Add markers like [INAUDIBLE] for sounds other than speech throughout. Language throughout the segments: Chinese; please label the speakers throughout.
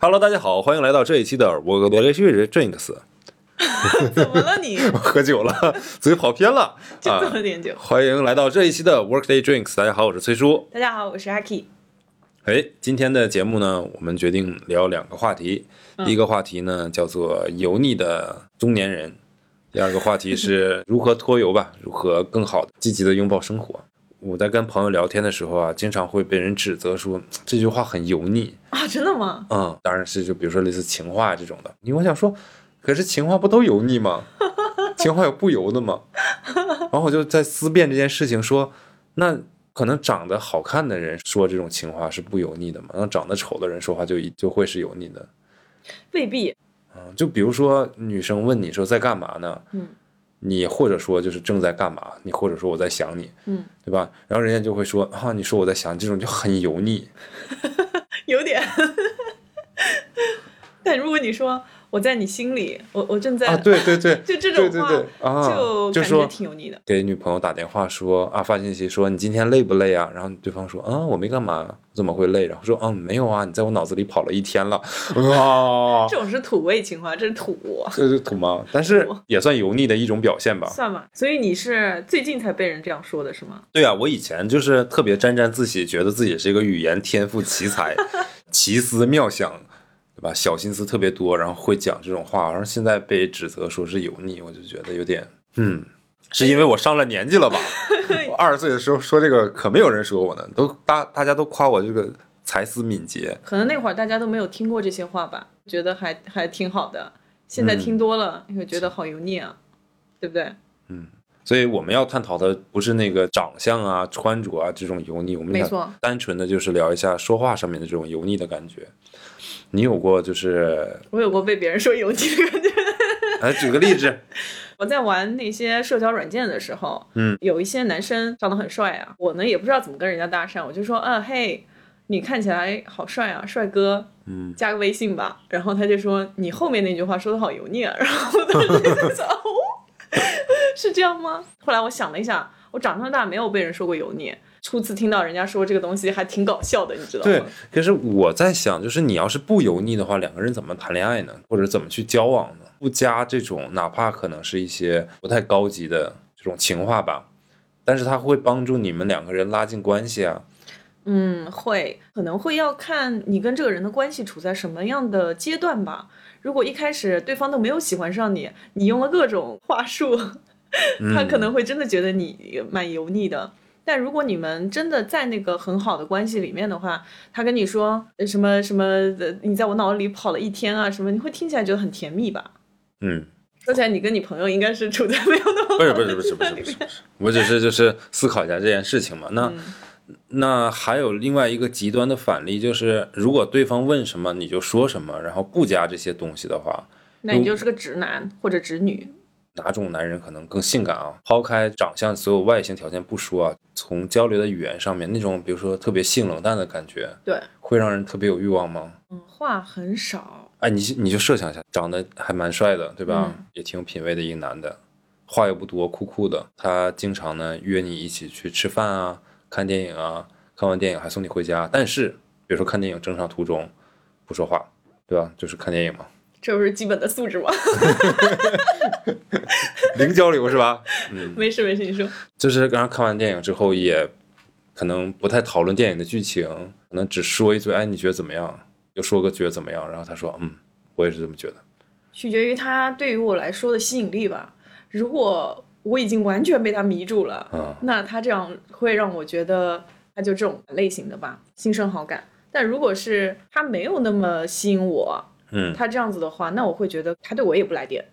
Speaker 1: Hello，大家好，欢迎来到这一期的我我连续是 Drinks，
Speaker 2: [LAUGHS] 怎么了
Speaker 1: [LAUGHS]
Speaker 2: 你？
Speaker 1: 喝酒了， [LAUGHS] 嘴跑偏了
Speaker 2: 就 [LAUGHS] 这
Speaker 1: 啊！
Speaker 2: 么点酒。
Speaker 1: 欢迎来到这一期的 Workday Drinks，大家好，我是崔叔。
Speaker 2: 大家好，我是 Aki。
Speaker 1: 哎，今天的节目呢，我们决定聊两个话题，
Speaker 2: 嗯
Speaker 1: 第一个话题呢叫做油腻的中年人，第二个话题
Speaker 2: [LAUGHS]
Speaker 1: 是如何脱油吧，如何更好的积极的拥抱生活。我在跟朋友聊天的时候啊，经常会被人指责说这句话很油腻，
Speaker 2: 啊，真的吗？
Speaker 1: 嗯，当然是就比如说类似情话这种的。因为我想说，可是情话不都油腻吗？ [LAUGHS] 情话有不油的吗？然后我就在思辨这件事情说，那可能长得好看的人说这种情话是不油腻的嘛？那长得丑的人说话就一就会是油腻的。
Speaker 2: 未必。
Speaker 1: 嗯，就比如说女生问你说在干嘛呢？
Speaker 2: 嗯，
Speaker 1: 你或者说就是正在干嘛，你或者说我在想你，
Speaker 2: 嗯， [LAUGHS]
Speaker 1: 对吧？然后人家就会说啊，你说我在想你，这种就很油腻。
Speaker 2: 有点。 [LAUGHS] 但如果你说我在你心里，我我正在，
Speaker 1: 啊，对对对，
Speaker 2: [LAUGHS] 就这种话
Speaker 1: 对对对啊，
Speaker 2: 就
Speaker 1: 就
Speaker 2: 感
Speaker 1: 说
Speaker 2: 觉挺油腻的。
Speaker 1: 给女朋友打电话说啊，发信息说你今天累不累啊？然后对方说啊，我没干嘛，怎么会累？然后说嗯，没有啊，你在我脑子里跑了一天了， [LAUGHS] 啊，
Speaker 2: [LAUGHS] 这种是土味情话，这是土
Speaker 1: 这是土吗？但是
Speaker 2: 土
Speaker 1: 也算油腻的一种表现吧。
Speaker 2: 算吧。所以你是最近才被人这样说的是吗？
Speaker 1: 对啊，我以前就是特别沾沾自喜，觉得自己是一个语言天赋奇
Speaker 2: [LAUGHS]
Speaker 1: 才，奇思妙想，对吧？小心思特别多，然后会讲这种话，然后现在被指责说是油腻，我就觉得有点，嗯，是因为我上了年纪了
Speaker 2: [LAUGHS]
Speaker 1: 吧？ [LAUGHS] 我二十岁的时候说这个，可没有人说我呢，都大大家都夸我这个才思敏捷，
Speaker 2: 可能那会儿大家都没有听过这些话吧，觉得还还挺好的。现
Speaker 1: 嗯
Speaker 2: 在听多了，你会觉得好油腻啊，对不对？
Speaker 1: 所以我们要探讨的不是那个长相啊、穿着啊这种油腻，我们
Speaker 2: 没
Speaker 1: 想
Speaker 2: 错
Speaker 1: 单纯的就是聊一下说话上面的这种油腻的感觉。你有过就是
Speaker 2: 我有过被别人说油腻的感觉。
Speaker 1: 哎，举个例子，
Speaker 2: 我在玩那些社交软件的时候，
Speaker 1: 嗯，
Speaker 2: 有一些男生长得很帅啊，我呢也不知道怎么跟人家搭讪，我就说，嗯、嘿，你看起来好帅啊，帅哥，
Speaker 1: 嗯，
Speaker 2: 加个微信吧。然后他就说，你后面那句话说的好油腻啊。然后我当时就想，哦，是这样吗？后来我想了一下，我长这么大没有被人说过油腻，初次听到人家说这个东西还挺搞笑的，你知道吗？
Speaker 1: 对，可是我在想，就是你要是不油腻的话，两个人怎么谈恋爱呢？或者怎么去交往呢？不加这种，哪怕可能是一些不太高级的这种情话吧，但是它会帮助你们两个人拉近关系啊。
Speaker 2: 嗯，会，可能会要看你跟这个人的关系处在什么样的阶段吧。如果一开始对方都没有喜欢上你，你用了各种话术，
Speaker 1: 嗯
Speaker 2: 他可能会真的觉得你蛮油腻的。但如果你们真的在那个很好的关系里面的话，他跟你说呃什么什么，呃你在我脑子里跑了一天啊，什么，你会听起来觉得很甜蜜吧？
Speaker 1: 嗯，
Speaker 2: 而且你跟你朋友应该是处在没有那么
Speaker 1: 不是
Speaker 2: 好
Speaker 1: 不
Speaker 2: 的
Speaker 1: 是不是
Speaker 2: 阶
Speaker 1: 不是
Speaker 2: 段
Speaker 1: 不
Speaker 2: 里
Speaker 1: 是
Speaker 2: 面
Speaker 1: 不是，我只是就是思考一下这件事情嘛。那、
Speaker 2: 嗯
Speaker 1: 那还有另外一个极端的反例，就是如果对方问什么你就说什么，然后不加这些东西的话，
Speaker 2: 那你就是个直男或者直女。
Speaker 1: 哪种男人可能更性感啊？抛开长相所有外形条件不说啊，从交流的语言上面，那种比如说特别性冷淡的感觉，
Speaker 2: 对，
Speaker 1: 会让人特别有欲望吗？
Speaker 2: 嗯，话很少，
Speaker 1: 哎，你你就设想一下，长得还蛮帅的，对吧？也挺有品味的一个男的，话又不多，酷酷的。他经常呢约你一起去吃饭啊、看电影啊，看完电影还送你回家。但是，比如说看电影正常途中不说话，对吧？就是看电影嘛，
Speaker 2: 这不是基本的素质吗？
Speaker 1: 零交流是吧？
Speaker 2: 没事没事，你说。
Speaker 1: 就是刚刚看完电影之后，也可能不太讨论电影的剧情，可能只说一句“哎，你觉得怎么样？”又说个“觉得怎么样”，然后他说：“嗯，我也是这么觉得。
Speaker 2: 取决于他对于我来说的吸引力吧。如果我已经完全被他迷住了，
Speaker 1: 嗯
Speaker 2: 那他这样会让我觉得他就这种类型的吧，心生好感。但如果是他没有那么吸引我，”
Speaker 1: 嗯，
Speaker 2: 他这样子的话，那我会觉得他对我也不来电，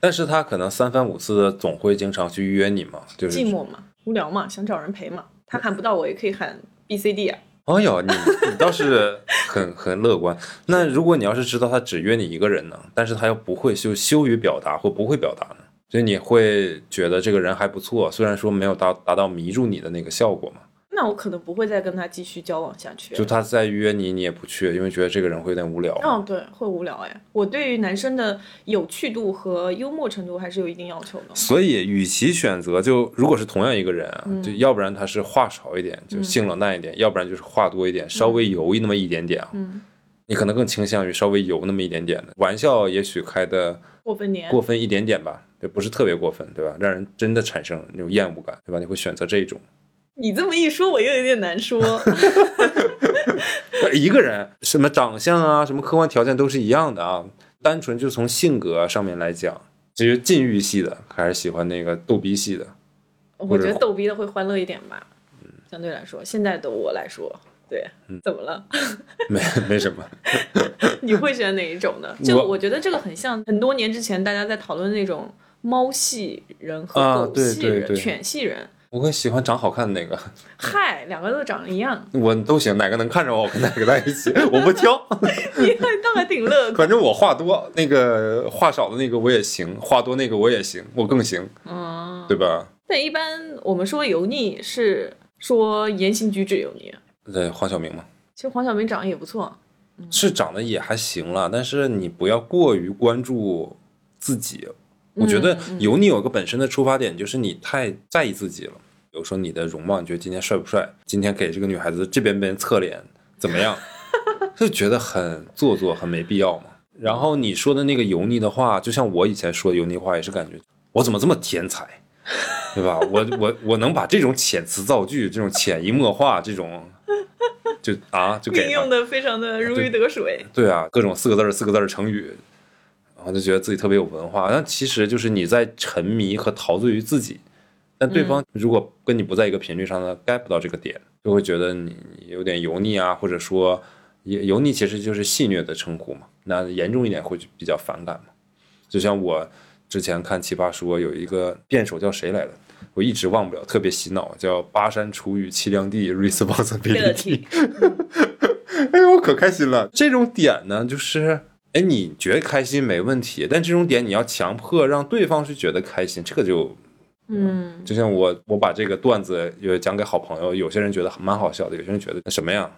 Speaker 1: 但是他可能三番五次的总会经常去约你嘛，就是
Speaker 2: 寂寞嘛，无聊嘛，想找人陪嘛。他喊不到我也可以喊 B C D 啊。
Speaker 1: 哎呦，你你倒是很很乐观。那如果你要是知道他只约你一个人呢，但是他又不会就羞于表达或不会表达呢，所以你会觉得这个人还不错，虽然说没有达达到迷住你的那个效果嘛。
Speaker 2: 那我可能不会再跟他继续交往下去。
Speaker 1: 就他再约你，你也不去，因为觉得这个人会有点无聊。
Speaker 2: 嗯，对，会无聊哎。我对于男生的有趣度和幽默程度还是有一定要求的。
Speaker 1: 所以，与其选择就如果是同样一个人啊，就要不然他是话少一点，就性冷淡一点；要不然就是话多一点，稍微油一那么一点点啊。
Speaker 2: 嗯
Speaker 1: 你可能更倾向于稍微油那么一点点的玩笑，也许开的
Speaker 2: 过分年
Speaker 1: 过分一点点吧，也不是特别过分，对吧？让人真的产生那种厌恶感，对吧？你会选择这种。
Speaker 2: 你这么一说，我又有点难
Speaker 1: [LAUGHS]
Speaker 2: 说。
Speaker 1: 一个人什么长相啊，什么客观条件都是一样的啊，单纯就从性格啊上面来讲，其实禁欲系的还是喜欢那个逗逼系的。
Speaker 2: 我觉得逗逼的会欢乐一点吧，相对来说，现在的我来说，对，
Speaker 1: 嗯
Speaker 2: 怎么了？ [LAUGHS]
Speaker 1: 没没什么，
Speaker 2: 你会选哪一种呢？就我觉得这个很像很多年之前大家在讨论那种猫系人
Speaker 1: 啊
Speaker 2: 和狗
Speaker 1: 对
Speaker 2: 系
Speaker 1: 对
Speaker 2: 人、
Speaker 1: 对
Speaker 2: 犬系人。
Speaker 1: 我会喜欢长好看的那个，
Speaker 2: 嗨，两个都长得一样， [LAUGHS]
Speaker 1: 我都行，哪个能看上我，我跟哪个在一起，我不挑， [LAUGHS]
Speaker 2: 你还倒还挺乐观。
Speaker 1: 反正我话多，那个话少的那个我也行，话多那个我也行，我更行，
Speaker 2: 嗯，
Speaker 1: 对吧？
Speaker 2: 但一般我们说油腻是说言行举止油腻，
Speaker 1: 对，黄晓明嘛，
Speaker 2: 其实黄晓明长得也不错。
Speaker 1: 是长得也还行了，但是你不要过于关注自己。我觉
Speaker 2: 嗯
Speaker 1: 得油腻有个本身的出发点，就是你太在意自己了。比如说你的容貌，你觉得今天帅不帅？今天给这个女孩子这边边侧脸怎么样？ [LAUGHS] 就觉得很做作，很没必要嘛。然后你说的那个油腻的话，就像我以前说的油腻话，也是感觉我怎么这么天才，对吧？我我我能把这种遣词造句、这种潜移默化、这种就啊就给
Speaker 2: 运
Speaker 1: 他
Speaker 2: 用的非常的如鱼得水，
Speaker 1: 对啊，各种四个字儿、四个字儿成语，然后就觉得自己特别有文化。但其实就是你在沉迷和陶醉于自己，但对方如果跟你不在一个频率上呢，get 不到这个点，就会觉得你你有点油腻啊，或者说也油腻其实就是戏谑的称呼嘛。那严重一点会比较反感嘛。就像我之前看《奇葩说》有一个辩手叫谁来着？我一直忘不了，特别洗脑，叫“巴山楚雨凄凉地 [LAUGHS]
Speaker 2: 贝勒
Speaker 1: responsibility”。
Speaker 2: 体。
Speaker 1: 哎呦，我可开心了！这种点呢，就是，哎，你觉得开心没问题，但这种点你要强迫让对方去觉得开心，这个就
Speaker 2: 嗯，
Speaker 1: 就像我我把这个段子也讲给好朋友，有些人觉得蛮好笑的，有些人觉得什么呀，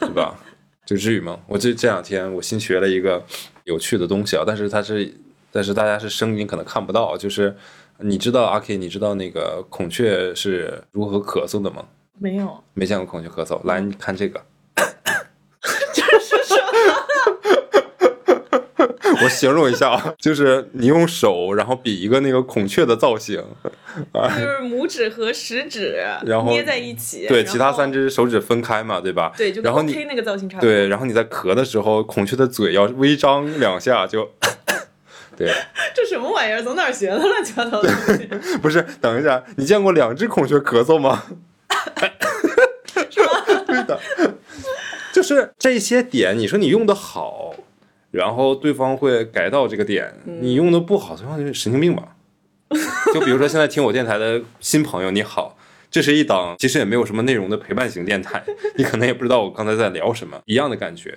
Speaker 1: 对吧？ [LAUGHS] 就至于吗？我这这两天我新学了一个有趣的东西啊，但是它是，但是大家是声音可能看不到，啊就是你知道阿 K，你知道那个孔雀是如何咳嗽的吗？
Speaker 2: 没有，
Speaker 1: 没见过孔雀咳嗽，来你看这个。
Speaker 2: [LAUGHS]
Speaker 1: 我形容一下啊，就是你用手，然后比一个那个孔雀的造型，
Speaker 2: 就是拇指和食指
Speaker 1: 然后
Speaker 2: 捏在一起，
Speaker 1: 对，
Speaker 2: 然后
Speaker 1: 其他三只手指分开嘛，对吧？
Speaker 2: 对，就
Speaker 1: 然
Speaker 2: 跟
Speaker 1: 后
Speaker 2: OK
Speaker 1: 你
Speaker 2: 那个造型差不多。
Speaker 1: 对，然后你在咳的时候，孔雀的嘴要微张两下，就对，
Speaker 2: 这什么玩意儿？从哪儿学的乱七八糟的东西？
Speaker 1: [LAUGHS] 不是，等一下，你见过两只孔雀咳嗽吗？ [LAUGHS] 对的，就是这些点，你说你用的好，然后对方会改到这个点；你用的不好，对方就是神经病吧。就比如说现在听我电台的新朋友，你好。这是一档其实也没有什么内容的陪伴型电台， [LAUGHS] 你可能也不知道我刚才在聊什么，一样的感觉，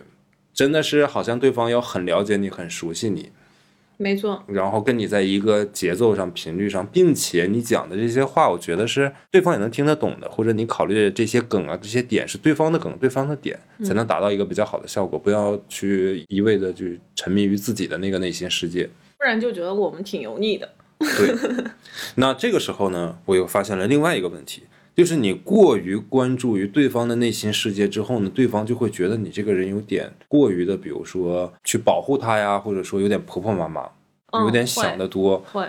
Speaker 1: 真的是好像对方要很了解你，很熟悉你，
Speaker 2: [LAUGHS] 没错，
Speaker 1: 然后跟你在一个节奏上、频率上，并且你讲的这些话，我觉得是对方也能听得懂的，或者你考虑的这些梗啊、这些点是对方的梗、对方的点，才能达到一个比较好的效果。不要去一味的去沉迷于自己的那个内心世界。
Speaker 2: 不然就觉得我们挺油腻的。
Speaker 1: 对，那这个时候呢，我又发现了另外一个问题，就是你过于关注于对方的内心世界之后呢，对方就会觉得你这个人有点过于的，比如说去保护他呀，或者说有点婆婆妈妈，
Speaker 2: 嗯
Speaker 1: 有点想的多。
Speaker 2: 会，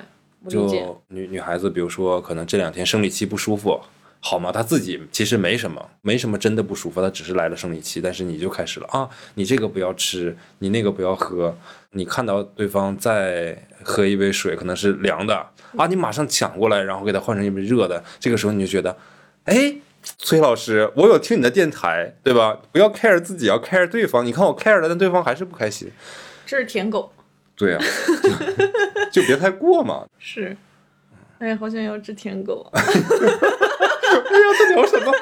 Speaker 2: 我理解。
Speaker 1: 就女女孩子，比如说可能这两天生理期不舒服，好吗？她自己其实没什么，没什么真的不舒服，她只是来了生理期，但是你就开始了啊，你这个不要吃，你那个不要喝，你看到对方再喝一杯水可能是凉的啊，你马上抢过来，然后给他换成一杯热的，这个时候你就觉得，哎。崔老师，我有听你的电台，对吧？不要 care 自己，要 care 对方。你看我 care 了，但对方还是不开心。
Speaker 2: 这是舔狗，
Speaker 1: 对啊， [LAUGHS] 就就别太过嘛。
Speaker 2: 是。哎呀，好想要只舔狗啊。 [LAUGHS]
Speaker 1: 哎呀，在聊什么？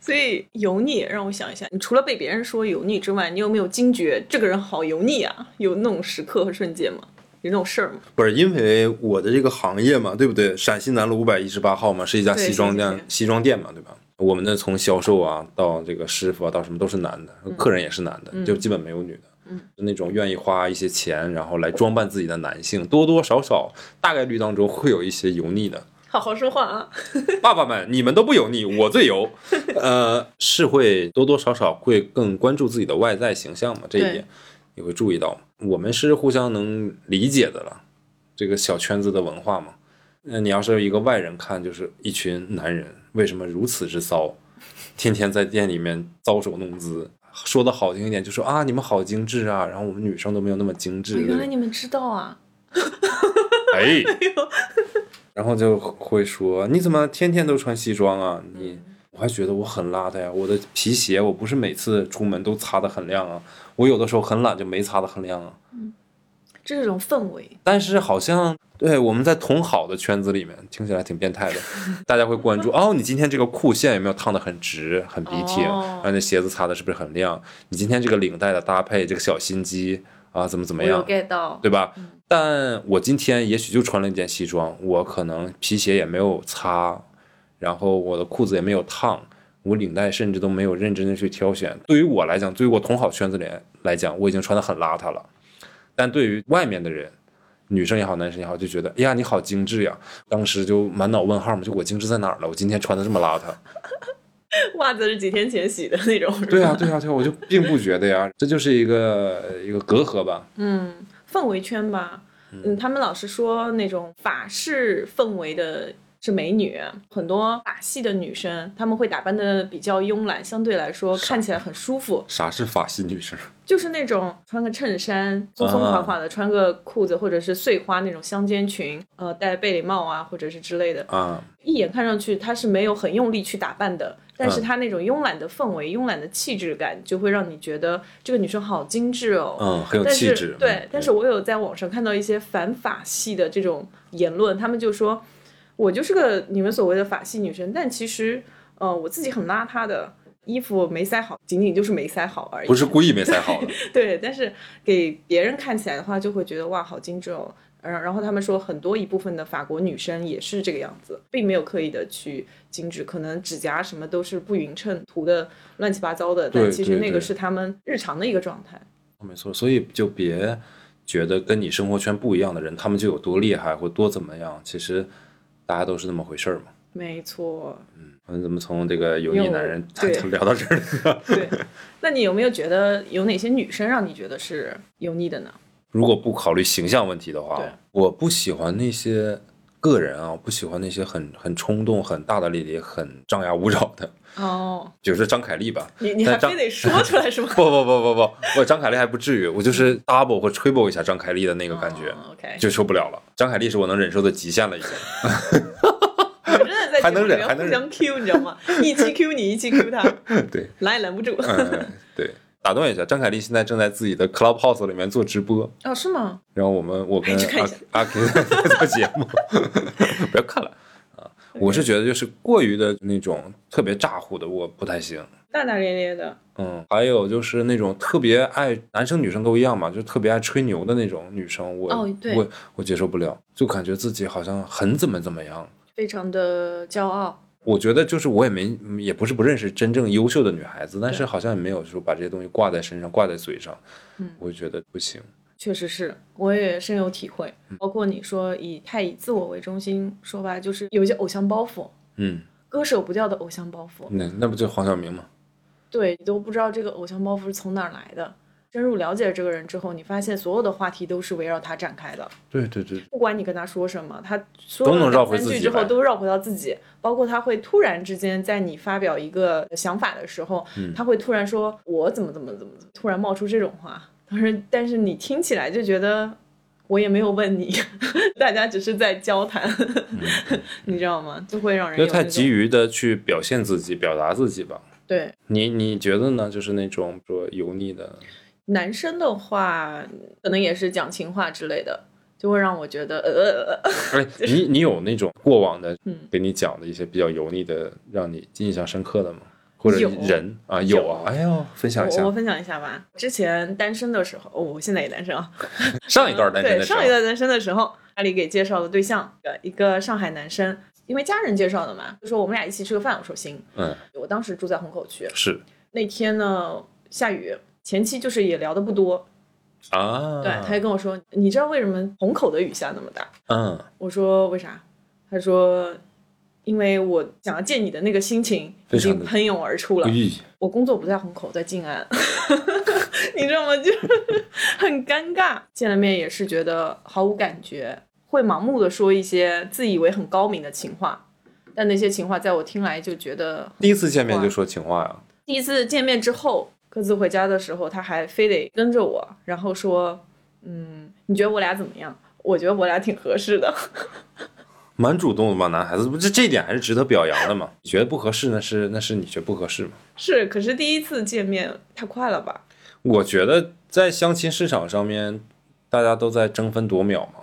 Speaker 2: 所以油腻，让我想一下，你除了被别人说油腻之外，你有没有惊觉这个人好油腻啊？有那种时刻和瞬间吗？有那种事儿吗？
Speaker 1: 不是因为我的这个行业嘛，对不对？陕西南路五百一十八号嘛，是一家
Speaker 2: 对
Speaker 1: 西装
Speaker 2: 是
Speaker 1: 店
Speaker 2: 是，
Speaker 1: 西装店嘛，对吧？我们的从销售啊到这个师傅啊到什么都是男的，客人也是男的，就基本没有女的。嗯，那种愿意花一些钱，然后来装扮自己的男性，多多少少大概率当中会有一些油腻的，
Speaker 2: 好好说话啊。
Speaker 1: [LAUGHS] 爸爸们，你们都不油腻，我最
Speaker 2: [LAUGHS]
Speaker 1: 油。呃，是会多多少少会更关注自己的外在形象嘛？这一
Speaker 2: 对
Speaker 1: 点你会注意到吗？我们是互相能理解的了，这个小圈子的文化嘛。那你要是一个外人看，就是一群男人为什么如此之骚，天天在店里面搔首弄姿。说的好听一点，就说啊，你们好精致啊，然后我们女生都没有那么精致。
Speaker 2: 哦原来你们知道啊，
Speaker 1: 哎， [LAUGHS] 然后就会说你怎么天天都穿西装啊？你我还觉得我很邋遢呀，我的皮鞋我不是每次出门都擦得很亮啊，我有的时候很懒就没擦得很亮啊。
Speaker 2: 这是一种氛围。
Speaker 1: 但是好像对我们在同好的圈子里面，听起来挺变态的，大家会关注哦，你今天这个裤线有没有烫得很直、很笔挺？
Speaker 2: 哦
Speaker 1: 然后那鞋子擦的是不是很亮？你今天这个领带的搭配，这个小心机啊，怎么怎么
Speaker 2: 我
Speaker 1: 样
Speaker 2: 有？get 到，
Speaker 1: 对吧？但我今天也许就穿了一件西装，我可能皮鞋也没有擦，然后我的裤子也没有烫，我领带甚至都没有认真的去挑选。对于我来讲，对于我同好圈子里来讲，我已经穿的很邋遢了。但对于外面的人，女生也好，男生也好，就觉得，哎呀，你好精致呀！当时就满脑问号嘛，就我精致在哪儿了？我今天穿的这么邋遢。
Speaker 2: 袜子是几天前洗的那种。是吧
Speaker 1: 对啊，对啊，对啊，我就并不觉得呀，这就是一个一个隔阂吧。
Speaker 2: 嗯，氛围圈吧。嗯，他们老是说那种法式氛围的是美女，很多法系的女生，她们会打扮的比较慵懒，相对来说看起来很舒服，
Speaker 1: 啥是法系女生？
Speaker 2: 就是那种穿个衬衫，松松垮垮的，穿个裤子或者是碎花那种香肩裙，呃，戴贝里帽啊，或者是之类的，
Speaker 1: 啊，
Speaker 2: 一眼看上去她是没有很用力去打扮的，但
Speaker 1: 啊
Speaker 2: 是她那种慵懒的氛围、慵懒的气质感，就会让你觉得这个女生好精致哦，
Speaker 1: 嗯，很有
Speaker 2: 但
Speaker 1: 气
Speaker 2: 是
Speaker 1: 质。
Speaker 2: 对，但是我有在网上看到一些反法系的这种言论，他们就说我就是个你们所谓的法系女生，但其实呃我自己很邋遢的。衣服没塞好，仅仅就是没塞好而已。
Speaker 1: 不是故意没塞好的。
Speaker 2: [LAUGHS] 对，但是给别人看起来的话，就会觉得哇，好精致哦。然然后他们说，很多一部分的法国女生也是这个样子，并没有刻意的去精致，可能指甲什么都是不匀称，涂的乱七八糟的。但
Speaker 1: 对
Speaker 2: 其
Speaker 1: 对
Speaker 2: 实那
Speaker 1: 对
Speaker 2: 个是他们日常的一个状态。
Speaker 1: 没错，所以就别觉得跟你生活圈不一样的人，他们就有多厉害或多怎么样。其实大家都是那么回事儿嘛。
Speaker 2: 没错，
Speaker 1: 我们怎么从这个油腻男人
Speaker 2: 对
Speaker 1: 聊到这儿了？
Speaker 2: 对，那你有没有觉得有哪些女生让你觉得是油腻的呢？
Speaker 1: [LAUGHS] 如果不考虑形象问题的话
Speaker 2: 对，
Speaker 1: 我不喜欢那些个人啊，我不喜欢那些很很冲动、很大大咧咧、很张牙舞爪的，
Speaker 2: 哦，
Speaker 1: 比如说张凯丽吧。 [LAUGHS]
Speaker 2: 你你
Speaker 1: 但
Speaker 2: 还
Speaker 1: 张
Speaker 2: 非得说出来是吗？
Speaker 1: 不不不不不，我张凯丽还不至于，我就是 double 或 triple 一下张凯丽的那个感觉，
Speaker 2: 哦 OK，
Speaker 1: 就受不了了。张凯丽是我能忍受的极限了，已经。
Speaker 2: 我真的在
Speaker 1: 还能
Speaker 2: 节目里
Speaker 1: 忍
Speaker 2: 面
Speaker 1: 还能忍
Speaker 2: 互相 Q，你知道吗？一期 Q 你，一期 Q 他，
Speaker 1: [LAUGHS] 对，
Speaker 2: 拦也拦不住。
Speaker 1: 嗯， [LAUGHS] 对，打断一下，张凯丽现在正在自己的 Clubhouse 里面做直播，
Speaker 2: [LAUGHS] 哦，是吗？
Speaker 1: 然后我们我跟
Speaker 2: 去看一
Speaker 1: 阿
Speaker 2: 下
Speaker 1: 阿 K 在做节目， [LAUGHS] 不要看了啊！我是觉得就是过于的那种特别咋呼的，我不太行。
Speaker 2: 大大咧咧的，
Speaker 1: 嗯，还有就是那种特别爱男生女生都一样嘛，就特别爱吹牛的那种女生，我、
Speaker 2: 哦对
Speaker 1: 我我接受不了，就感觉自己好像很怎么怎么样。
Speaker 2: 非常的骄傲。
Speaker 1: 我觉得就是我也没嗯也不是不认识真正优秀的女孩子，但是好像也没有说把这些东西挂在身上、挂在嘴上，
Speaker 2: 嗯
Speaker 1: 我就觉得不行。
Speaker 2: 确实是，我也深有体会。
Speaker 1: 嗯
Speaker 2: 包括你说以太以自我为中心，说白了就是有一些偶像包袱，
Speaker 1: 嗯，
Speaker 2: 割舍不掉的偶像包袱。
Speaker 1: 那那不就黄晓明吗？
Speaker 2: 对你都不知道这个偶像包袱是从哪儿来的。深入了解这个人之后，你发现所有的话题都是围绕他展开的，
Speaker 1: 对对对，
Speaker 2: 不管你跟他说什么，他说
Speaker 1: 都能
Speaker 2: 了
Speaker 1: 绕
Speaker 2: 两
Speaker 1: 回
Speaker 2: 三
Speaker 1: 自
Speaker 2: 句
Speaker 1: 己
Speaker 2: 之后
Speaker 1: 来
Speaker 2: 都绕回到自己，包括他会突然之间在你发表一个想法的时候，
Speaker 1: 嗯
Speaker 2: 他会突然说“我怎么怎么怎么怎么”，突然冒出这种话，但是但是你听起来就觉得我也没有问你， [LAUGHS] 大家只是在交谈，
Speaker 1: 嗯
Speaker 2: [LAUGHS] 你知道吗？就会让人
Speaker 1: 就
Speaker 2: 有
Speaker 1: 太
Speaker 2: 那
Speaker 1: 急
Speaker 2: 种
Speaker 1: 于的去表现自己、表达自己吧。
Speaker 2: 对
Speaker 1: 你你觉得呢？就是那种说油腻的，
Speaker 2: 男生的话，可能也是讲情话之类的，就会让我觉得呃，
Speaker 1: 哎，你你有那种过往的
Speaker 2: 嗯
Speaker 1: 给你讲的一些比较油腻的，让你印象深刻的吗？或者
Speaker 2: 有
Speaker 1: 人啊，有啊，
Speaker 2: 有
Speaker 1: 哎呦，分享一
Speaker 2: 我我
Speaker 1: 下
Speaker 2: 分享一下吧。之前单身的时候，哦，我现在也单身啊。
Speaker 1: 上一段单身
Speaker 2: 对，
Speaker 1: 的时候
Speaker 2: 上一，段单身的时候，阿里给介绍的对象，呃一个上海男生，因为家人介绍的嘛，就说我们俩一起吃个饭。我说行，
Speaker 1: 嗯，
Speaker 2: 我当时住在虹口区，
Speaker 1: 是
Speaker 2: 那天呢下雨，前期就是也聊的不多，
Speaker 1: 啊，
Speaker 2: 对，他就跟我说，你知道为什么虹口的雨下那么大？
Speaker 1: 嗯，
Speaker 2: 我说为啥？他说，因为我想要见你的那个心情已
Speaker 1: 非常地
Speaker 2: 经喷涌而出了。
Speaker 1: 咦，
Speaker 2: 我工作不在虹口，在静安， [LAUGHS] 你知道吗？就是 [LAUGHS] 很尴尬。见了面也是觉得毫无感觉，会盲目的说一些自以为很高明的情话，但那些情话在我听来就觉得
Speaker 1: 第一次见面就说情话啊呀？
Speaker 2: 第一次见面之后，各自回家的时候，他还非得跟着我，然后说：“嗯，你觉得我俩怎么样？我觉得我俩挺合适的。
Speaker 1: 蛮主动的嘛，男孩子不这这一点还是值得表扬的嘛。你觉得不合适，那是那是你觉得不合适嘛？”
Speaker 2: 是，可是第一次见面太快了吧？
Speaker 1: 我觉得在相亲市场上面，大家都在争分夺秒嘛。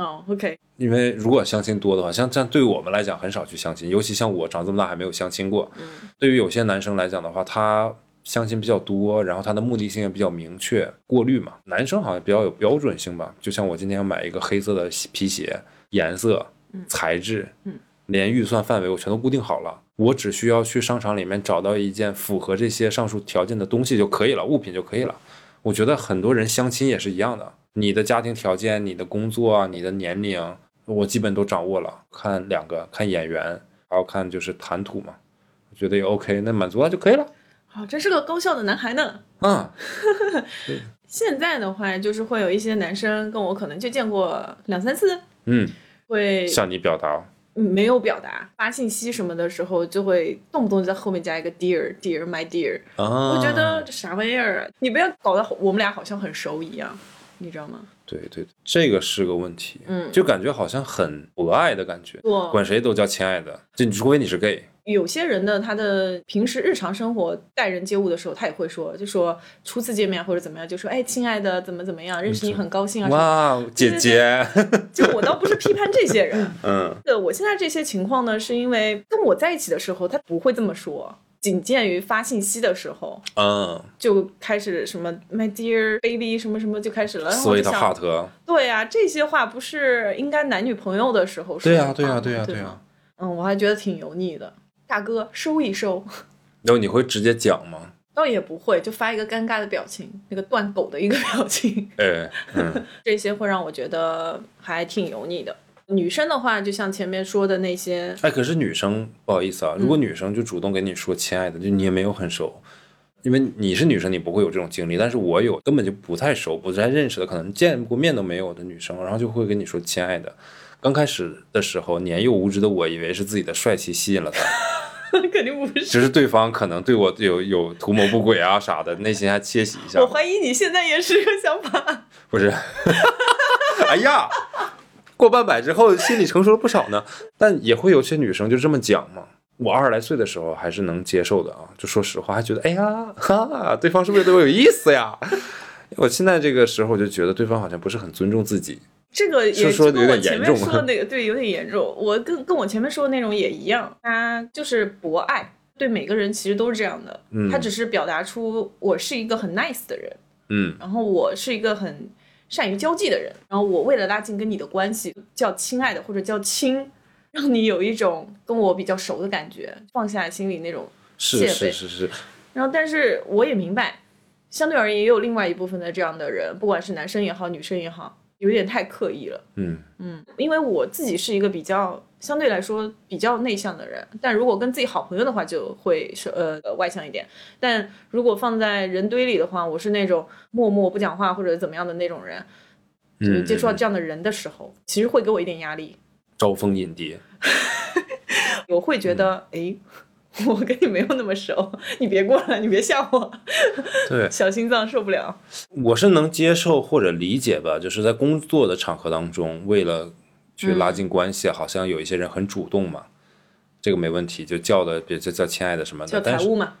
Speaker 2: 哦、o k
Speaker 1: 因为如果相亲多的话，像像对我们来讲很少去相亲，尤其像我长这么大还没有相亲过。
Speaker 2: 嗯
Speaker 1: 对于有些男生来讲的话，他相亲比较多，然后他的目的性也比较明确，过滤嘛。男生好像比较有标准性吧，就像我今天要买一个黑色的皮鞋，颜色、材质，
Speaker 2: 嗯
Speaker 1: 连预算范围我全都固定好了，我只需要去商场里面找到一件符合这些上述条件的东西就可以了，物品就可以了。我觉得很多人相亲也是一样的，你的家庭条件、你的工作啊、你的年龄，我基本都掌握了。看两个，看眼缘，还有看就是谈吐嘛，我觉得也 OK，那满足了就可以了。
Speaker 2: 好、真是个高效的男孩呢。
Speaker 1: 嗯，
Speaker 2: 现在的话，就是会有一些男生跟我可能就见过两三次，
Speaker 1: 嗯，
Speaker 2: 会嗯
Speaker 1: 向你表达，哦
Speaker 2: 没有表达，发信息什么的时候，就会动不动就在后面加一个 dear dear my dear，
Speaker 1: 啊，
Speaker 2: 我觉得这啥玩意儿啊！你不要搞得好我们俩好像很熟一样，你知道吗？
Speaker 1: 对对，这个是个问题，
Speaker 2: 嗯哦
Speaker 1: 就感觉好像很博爱的感觉，
Speaker 2: 我
Speaker 1: 管谁都叫亲爱的，就你除非你是 gay，
Speaker 2: 有些人呢，他的平时日常生活待人接物的时候，他也会说，就说初次见面或者怎么样，就说哎，亲爱的，怎么怎么样，认识你很高兴啊。什么
Speaker 1: 哇，姐姐，
Speaker 2: [LAUGHS] 就我倒不是批判这些人，
Speaker 1: 嗯，
Speaker 2: 对我现在这些情况呢，是因为跟我在一起的时候，他不会这么说。仅限于发信息的时候，
Speaker 1: 嗯
Speaker 2: 就开始什么 “my dear baby” 什么什么就开始了。哎然后我
Speaker 1: ，sweet
Speaker 2: 就想，
Speaker 1: heart，
Speaker 2: 对呀、这些话不是应该男女朋友的时候说
Speaker 1: 对
Speaker 2: 的
Speaker 1: 呀
Speaker 2: 话
Speaker 1: 对啊呀对呀
Speaker 2: 吗对
Speaker 1: 呀
Speaker 2: 吗，嗯，我还觉得挺油腻的。大哥，收一收。
Speaker 1: 然后你会直接讲吗？
Speaker 2: 倒也不会，就发一个尴尬的表情，那个断狗的一个 [LAUGHS] 表情，
Speaker 1: 哎，嗯
Speaker 2: 这些会让我觉得还挺油腻的。女生的话，就像前面说的那些， [LAUGHS]
Speaker 1: 哎，可是女生不好意思啊，如果女生就主动跟你说“亲爱的”，就你也没有很熟，因为你是女生，你不会有这种经历，但是我有，根本就不太熟、不太认识的，可能见过面都没有的女生，然后就会跟你说“亲爱的”。刚开始的时候，年幼无知的我以为是自己的帅气吸引了她，
Speaker 2: 肯定不是。
Speaker 1: 只是对方可能对我有有图谋不轨啊啥的，内心还窃喜一下
Speaker 2: 我。怀疑你现在也是这个想法。
Speaker 1: 不是， [LAUGHS] 哎呀，过半百之后心理成熟了不少呢。但也会有些女生就这么讲嘛。我二十来岁的时候还是能接受的啊，就说实话，还觉得哎呀，哈，对方是不是对我有意思呀？ [LAUGHS] 我现在这个时候就觉得对方好像不是很尊重自己，
Speaker 2: 这个也
Speaker 1: 是说得有
Speaker 2: 就跟
Speaker 1: 点
Speaker 2: 我前
Speaker 1: 严
Speaker 2: 面
Speaker 1: 重
Speaker 2: 说的那个，对，有点严重。我跟跟我前面说的内容也一样，他就是博爱，对每个人其实都是这样的。
Speaker 1: 嗯
Speaker 2: 他只是表达出我是一个很 nice 的人，
Speaker 1: 嗯，
Speaker 2: 然后我是一个很善于交际的人，然后我为了拉近跟你的关系，叫亲爱的或者叫亲，让你有一种跟我比较熟的感觉，放下心里那种。
Speaker 1: 是
Speaker 2: 戒
Speaker 1: 是
Speaker 2: 备
Speaker 1: 是是，
Speaker 2: 然后，但是我也明白，相对而言也有另外一部分的这样的人，不管是男生也好，女生也好，有点太刻意了。
Speaker 1: 嗯，
Speaker 2: 嗯，因为我自己是一个比较相对来说比较内向的人，但如果跟自己好朋友的话，就会是呃呃外向一点。但如果放在人堆里的话，我是那种默默不讲话或者怎么样的那种人。就是
Speaker 1: 嗯，
Speaker 2: 接触到这样的人的时候，其实会给我一点压力，
Speaker 1: 招蜂引蝶，
Speaker 2: 我会觉得，
Speaker 1: 嗯
Speaker 2: 哎、 [LAUGHS] 我跟你没有那么熟，你别过来，你别吓我，
Speaker 1: 对，
Speaker 2: 小心脏受不了。
Speaker 1: 我是能接受或者理解吧，就是在工作的场合当中，为了去拉
Speaker 2: 嗯
Speaker 1: 近关系，好像有一些人很主动嘛，这个没问题，就叫的别就叫亲爱的什么
Speaker 2: 叫
Speaker 1: 的，嗯
Speaker 2: 财
Speaker 1: 但是
Speaker 2: 务嘛，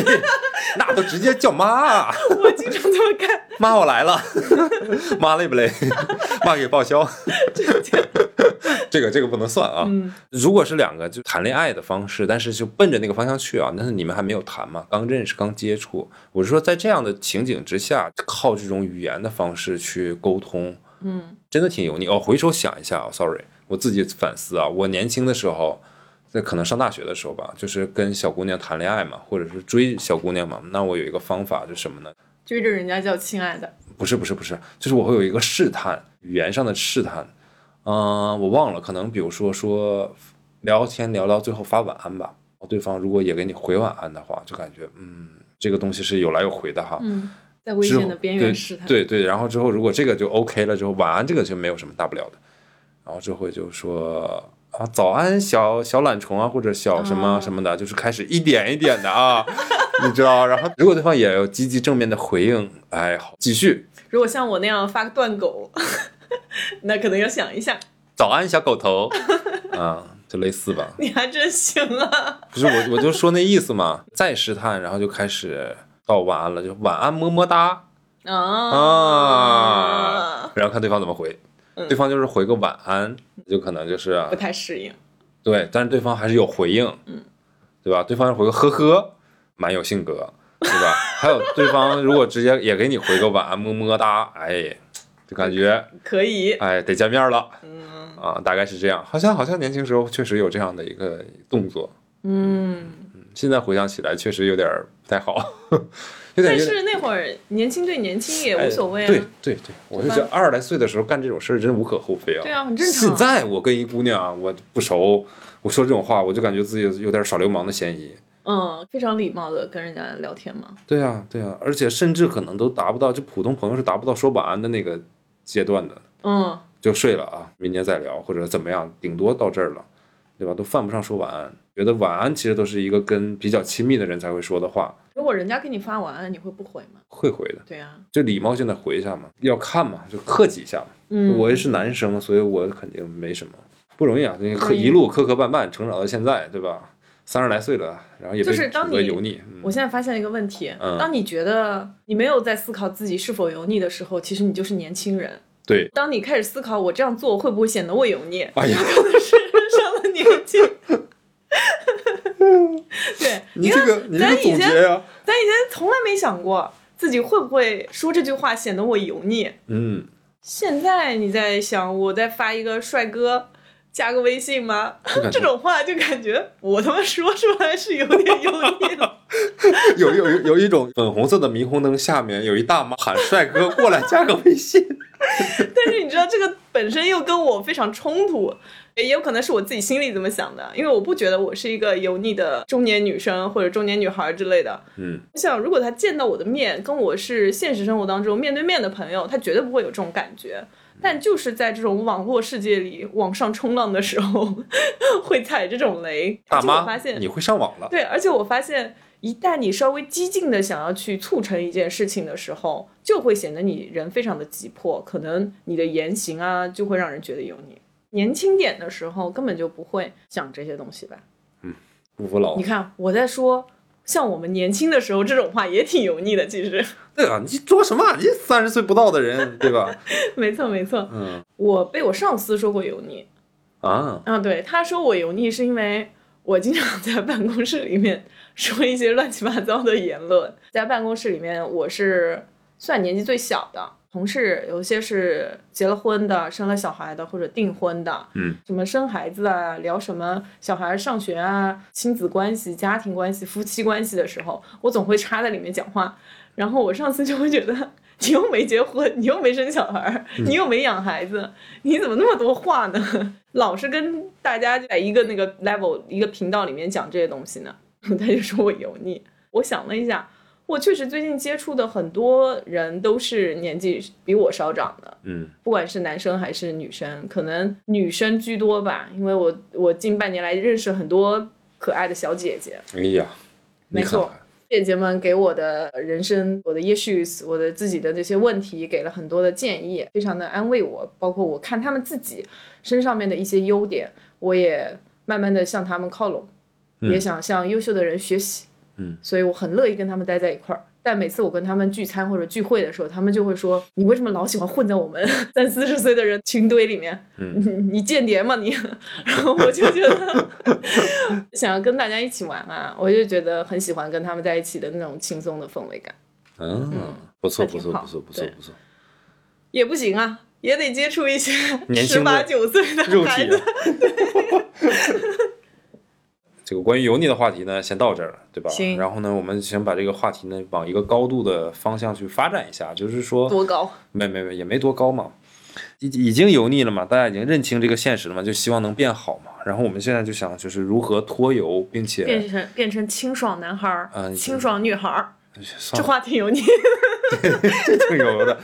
Speaker 2: [LAUGHS]
Speaker 1: 那都直接叫妈，啊
Speaker 2: 我经常这么干，
Speaker 1: [LAUGHS] 妈我来了，妈累不 [LAUGHS] 累？妈给报销， [LAUGHS] 这个这个不能算啊。如果是两个就谈恋爱的方式，但是就奔着那个方向去啊，但是你们还没有谈嘛，刚认识刚接触，我是说在这样的情景之下，靠这种语言的方式去沟通。
Speaker 2: 嗯，
Speaker 1: 真的挺油腻。哦，回头想一下啊，sorry，我自己反思啊，我年轻的时候，在可能上大学的时候吧，就是跟小姑娘谈恋爱嘛，或者是追小姑娘嘛，那我有一个方法是什么呢？
Speaker 2: 追着人家叫亲爱的，
Speaker 1: 不是不是不是，就是我会有一个试探，语言上的试探。嗯，我忘了，可能比如说说聊天聊到最后发晚安吧，对方如果也给你回晚安的话，就感觉嗯，这个东西是有来有回的哈。
Speaker 2: 嗯，在危险的边缘试探。
Speaker 1: 对对，然后之后如果这个就 OK 了之后，晚安这个就没有什么大不了的。然后这回就说啊，早安小小懒虫啊，或者小什么
Speaker 2: 哦
Speaker 1: 什么的，就是开始一点一点的啊， [LAUGHS] 你知道。然后如果对方也有积极正面的回应，哎，好，继续。
Speaker 2: 如果像我那样发个断狗， [LAUGHS] 那可能要想一下，
Speaker 1: 早安，小狗
Speaker 2: [LAUGHS]
Speaker 1: 头，啊，就类似吧。
Speaker 2: 你还真行 [LAUGHS] 啊！
Speaker 1: 不是我，我就说那意思嘛。再试探，然后就开始到晚安了，就晚安，么么哒啊
Speaker 2: 啊，。
Speaker 1: 然后看对方怎么回，
Speaker 2: 嗯
Speaker 1: 对方就是回个晚安，就可能就是啊
Speaker 2: 不太适应。
Speaker 1: 对，但是对方还是有回应，
Speaker 2: 嗯，
Speaker 1: 对吧？对方回个呵呵，蛮有性格，对吧？还有对方如果直接也给你回个晚安，么么哒，哎，就感觉
Speaker 2: 可以，
Speaker 1: 哎得见面了
Speaker 2: 嗯
Speaker 1: 啊，大概是这样。好像好像年轻时候确实有这样的一个动作，
Speaker 2: 嗯，
Speaker 1: 现在回想起来确实有点儿不太好， [LAUGHS] 有点有点。
Speaker 2: 但是那会儿年轻对年轻也
Speaker 1: 哎
Speaker 2: 无所谓啊，
Speaker 1: 对对对，我就觉得二十来岁的时候干这种事儿真无可厚非啊。
Speaker 2: 对啊很正常
Speaker 1: 现在我跟一姑娘啊我不熟，我说这种话，我就感觉自己有点耍流氓的嫌疑。
Speaker 2: 嗯，非常礼貌的跟人家聊天嘛，
Speaker 1: 对啊，对啊，而且甚至可能都达不到，就普通朋友是达不到说晚安的那个阶段的，
Speaker 2: 嗯，
Speaker 1: 就睡了啊，明天再聊或者怎么样，顶多到这儿了，对吧？都犯不上说晚安，觉得晚安其实都是一个跟比较亲密的人才会说的话，
Speaker 2: 如果人家给你发晚安，你会不回吗？
Speaker 1: 会回的，
Speaker 2: 对啊，
Speaker 1: 就礼貌性的回一下嘛，要看嘛，就客气一下嘛。
Speaker 2: 嗯，
Speaker 1: 我也是男生，所以我肯定没什么不容易啊，那
Speaker 2: 不
Speaker 1: 个
Speaker 2: 容易
Speaker 1: 一路磕磕绊绊成长到现在，对吧？三十来岁了，然后也被
Speaker 2: 就是当
Speaker 1: 指责
Speaker 2: 你
Speaker 1: 油腻，嗯
Speaker 2: 我现在发现了一个问题，
Speaker 1: 嗯
Speaker 2: 当你觉得你没有在思考自己是否油腻的时候，其实你就是年轻人。
Speaker 1: 对，
Speaker 2: 当你开始思考我这样做会不会显得我油腻， [LAUGHS]
Speaker 1: 哎呀，
Speaker 2: 可能是上了年纪。 [LAUGHS] 对，
Speaker 1: 你这个你这
Speaker 2: 咱
Speaker 1: 个
Speaker 2: 以
Speaker 1: 总
Speaker 2: 前
Speaker 1: 结呀、
Speaker 2: 咱以前从来没想过自己会不会说这句话显得我油腻。
Speaker 1: 嗯，
Speaker 2: 现在你在想，我再发一个帅哥，加个微信吗？
Speaker 1: 就感觉
Speaker 2: 这种话就感觉我他妈说出来是有点油腻的。
Speaker 1: 有有有有一种粉红色的霓虹灯下面有一大妈喊帅哥过来加个微
Speaker 2: [LAUGHS]
Speaker 1: 信，
Speaker 2: [LAUGHS] 但是你知道，这个本身又跟我非常冲突，也有可能是我自己心里怎么想的，因为我不觉得我是一个油腻的中年女生或者中年女孩之类的。
Speaker 1: 嗯，
Speaker 2: 我想，如果他见到我的面，跟我是现实生活当中面对面的朋友，他绝对不会有这种感觉。但就是在这种网络世界里往上冲浪的时候， [LAUGHS] 会踩这种雷。
Speaker 1: 大
Speaker 2: 而且我
Speaker 1: 妈
Speaker 2: 发现
Speaker 1: 你会上网了，
Speaker 2: 对，而且我发现，一旦你稍微激进的想要去促成一件事情的时候，就会显得你人非常的急迫，可能你的言行啊就会让人觉得油腻。年轻点的时候根本就不会想这些东西吧？
Speaker 1: 不服老
Speaker 2: 你。看我在说，像我们年轻的时候这种话也挺油腻的，其实。 [LAUGHS]
Speaker 1: 对啊，你装什么？你三十岁不到的人，对吧？
Speaker 2: 没错没错，
Speaker 1: 嗯
Speaker 2: 我被我上司说过油腻。
Speaker 1: [LAUGHS] 啊，
Speaker 2: 啊，对，他说我油腻是因为我经常在办公室里面 [LAUGHS] 说一些乱七八糟的言论。在办公室里面，我是算年纪最小的，同事有些是结了婚的、生了小孩的或者订婚的，
Speaker 1: 嗯，
Speaker 2: 什么生孩子啊，聊什么小孩上学啊、亲子关系、家庭关系、夫妻关系的时候，我总会插在里面讲话，然后我上司就会觉得。你又没结婚，你又没生小孩儿，你又没养孩子，你怎么那么多话呢？老是跟大家在一个那个 level 一个频道里面讲这些东西呢？ [LAUGHS] 他就说我油腻。我想了一下，我确实最近接触的很多人都是年纪比我稍长的，
Speaker 1: 嗯
Speaker 2: 不管是男生还是女生，可能女生居多吧，因为我我近半年来认识很多可爱的小姐姐，
Speaker 1: 哎呀，你
Speaker 2: 没
Speaker 1: 看
Speaker 2: 错
Speaker 1: 看，
Speaker 2: 姐姐们给我的人生、我的 issues、我的自己的这些问题，给了很多的建议，非常的安慰我。包括我看他们自己身上面的一些优点，我也慢慢的向他们靠拢，也想向优秀的人学习。
Speaker 1: 嗯，
Speaker 2: 所以我很乐意跟他们待在一块儿。但每次我跟他们聚餐或者聚会的时候，他们就会说：“你为什么老喜欢混在我们三四十岁的人群堆里面？
Speaker 1: 嗯
Speaker 2: 你 [LAUGHS] 你间谍吗你？”然后我就觉得想要跟大家一起玩啊，我就觉得很喜欢跟他们在一起的那种轻松的氛围感。
Speaker 1: 嗯，不错
Speaker 2: 还
Speaker 1: 不
Speaker 2: 挺
Speaker 1: 错
Speaker 2: 好
Speaker 1: 不错不错
Speaker 2: 对
Speaker 1: 不错，
Speaker 2: 也不行啊，也得接触一些
Speaker 1: 年
Speaker 2: 十
Speaker 1: 轻
Speaker 2: 八
Speaker 1: 的
Speaker 2: 九岁的
Speaker 1: [LAUGHS] 肉
Speaker 2: 孩
Speaker 1: 体啊
Speaker 2: 子。。
Speaker 1: [LAUGHS] 这个关于油腻的话题呢，先到这儿了，对吧？
Speaker 2: 行
Speaker 1: 然后呢，我们想把这个话题呢往一个高度的方向去发展一下，就是说，
Speaker 2: 多高？
Speaker 1: 没没没，也没多高嘛。已已经油腻了嘛，大家已经认清这个现实了嘛，就希望能变好嘛。然后我们现在就想，就是如何脱油，并且
Speaker 2: 变成变成清爽男孩儿、
Speaker 1: 嗯
Speaker 2: 清爽女孩儿，
Speaker 1: 算
Speaker 2: 这
Speaker 1: 了
Speaker 2: 话挺油腻。
Speaker 1: 这挺油的。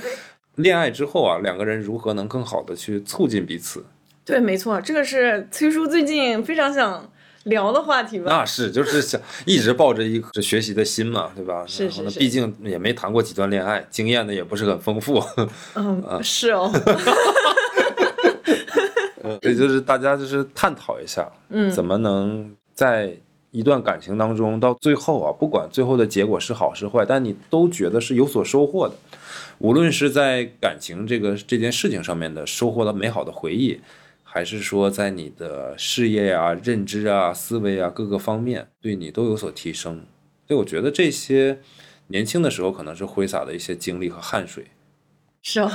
Speaker 1: 恋爱之后啊，两个人如何能更好的去促进彼此？
Speaker 2: [LAUGHS] 对，没错，这个是崔叔最近非常想聊的话题吧？
Speaker 1: 那是就是想一直抱着一个学习的心嘛，对吧？
Speaker 2: 是
Speaker 1: 然后呢
Speaker 2: 是是
Speaker 1: 毕竟也没谈过几段恋爱，经验呢也不是很丰富，啊
Speaker 2: 嗯，是
Speaker 1: [LAUGHS]
Speaker 2: 哦，
Speaker 1: 嗯也就是大家就是探讨一下，
Speaker 2: 嗯
Speaker 1: 怎么能在一段感情当中到最后啊，不管最后的结果是好是坏，但你都觉得是有所收获的。无论是在感情这个这件事情上面的收获了美好的回忆，还是说在你的事业呀、认知啊、思维啊各个方面对你都有所提升。所以我觉得这些年轻的时候可能是挥洒的一些精力和汗水，
Speaker 2: 是哦，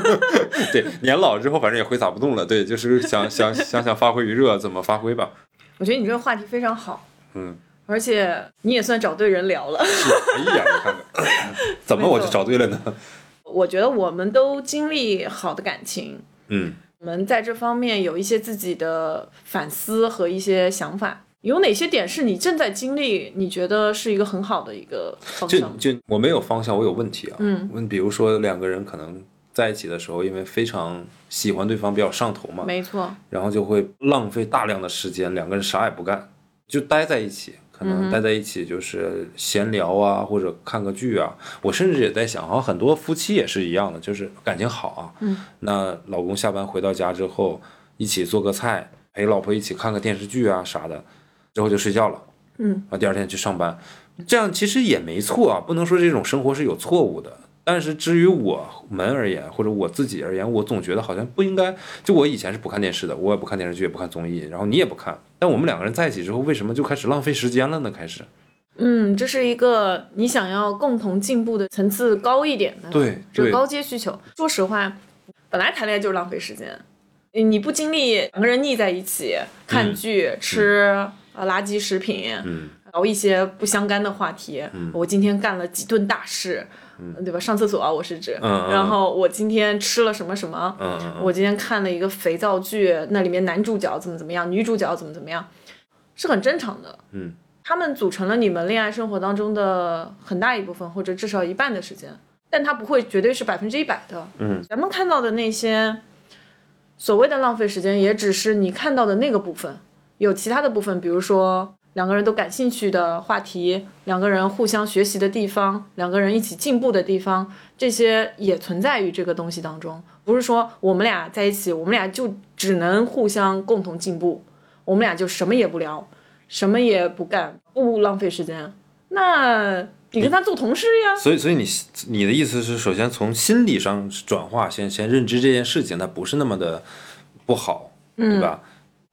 Speaker 1: [LAUGHS] 对，年老之后反正也挥洒不动了，对，就是想想想想发挥余热，怎么发挥吧。
Speaker 2: 我觉得你这个话题非常好，
Speaker 1: 嗯，
Speaker 2: 而且你也算找对人聊了。
Speaker 1: 是，哎呀，你看看，怎么我就找对了呢？
Speaker 2: 我觉得我们都经历好的感情，
Speaker 1: 嗯，
Speaker 2: 我们在这方面有一些自己的反思和一些想法。有哪些点是你正在经历，你觉得是一个很好的一个方
Speaker 1: 就
Speaker 2: 向？
Speaker 1: 就我没有方向，我有问题啊。
Speaker 2: 嗯，
Speaker 1: 比如说两个人可能在一起的时候，因为非常喜欢对方，比较上头嘛，
Speaker 2: 没错，
Speaker 1: 然后就会浪费大量的时间，两个人啥也不干，就待在一起。可
Speaker 2: 嗯
Speaker 1: 能待在一起就是闲聊啊，或者看个剧啊。我甚至也在想，好像很多夫妻也是一样的，就是感情好啊，
Speaker 2: 嗯，
Speaker 1: 那老公下班回到家之后，一起做个菜，陪老婆一起看个电视剧啊啥的，之后就睡觉了。
Speaker 2: 嗯，
Speaker 1: 啊，第二天去上班，这样其实也没错啊，不能说这种生活是有错误的。但是至于我们而言，或者我自己而言，我总觉得好像不应该。就我以前是不看电视的，我也不看电视剧，也不看综艺，然后你也不看。但我们两个人在一起之后，为什么就开始浪费时间了呢？开始，
Speaker 2: 嗯，这是一个你想要共同进步的层次高一点的，
Speaker 1: 对
Speaker 2: 就
Speaker 1: 对
Speaker 2: 是高阶需求。说实话，本来谈恋爱就是浪费时间，你你不经历两个人腻在一起看剧、吃呃垃圾食品，
Speaker 1: 嗯，
Speaker 2: 聊一些不相干的话题。我今天干了几顿大事，对吧？上厕所啊，我是指。
Speaker 1: 嗯嗯
Speaker 2: 然后我今天吃了什么什么。
Speaker 1: 嗯嗯
Speaker 2: 我今天看了一个肥皂剧，那里面男主角怎么怎么样，女主角怎么怎么样，是很正常的。
Speaker 1: 嗯。
Speaker 2: 他们组成了你们恋爱生活当中的很大一部分，或者至少一半的时间，但它不会绝对是百分之一百的。
Speaker 1: 嗯，
Speaker 2: 咱们看到的那些所谓的浪费时间，也只是你看到的那个部分，有其他的部分，比如说两个人都感兴趣的话题，两个人互相学习的地方，两个人一起进步的地方，这些也存在于这个东西当中。不是说我们俩在一起，我们俩就只能互相共同进步，我们俩就什么也不聊，什么也不干，不浪费时间。啊那你跟他做同事呀？
Speaker 1: 所以，所以你你的意思是，首先从心理上转化，先先认知这件事情，它不是那么的不好，对吧？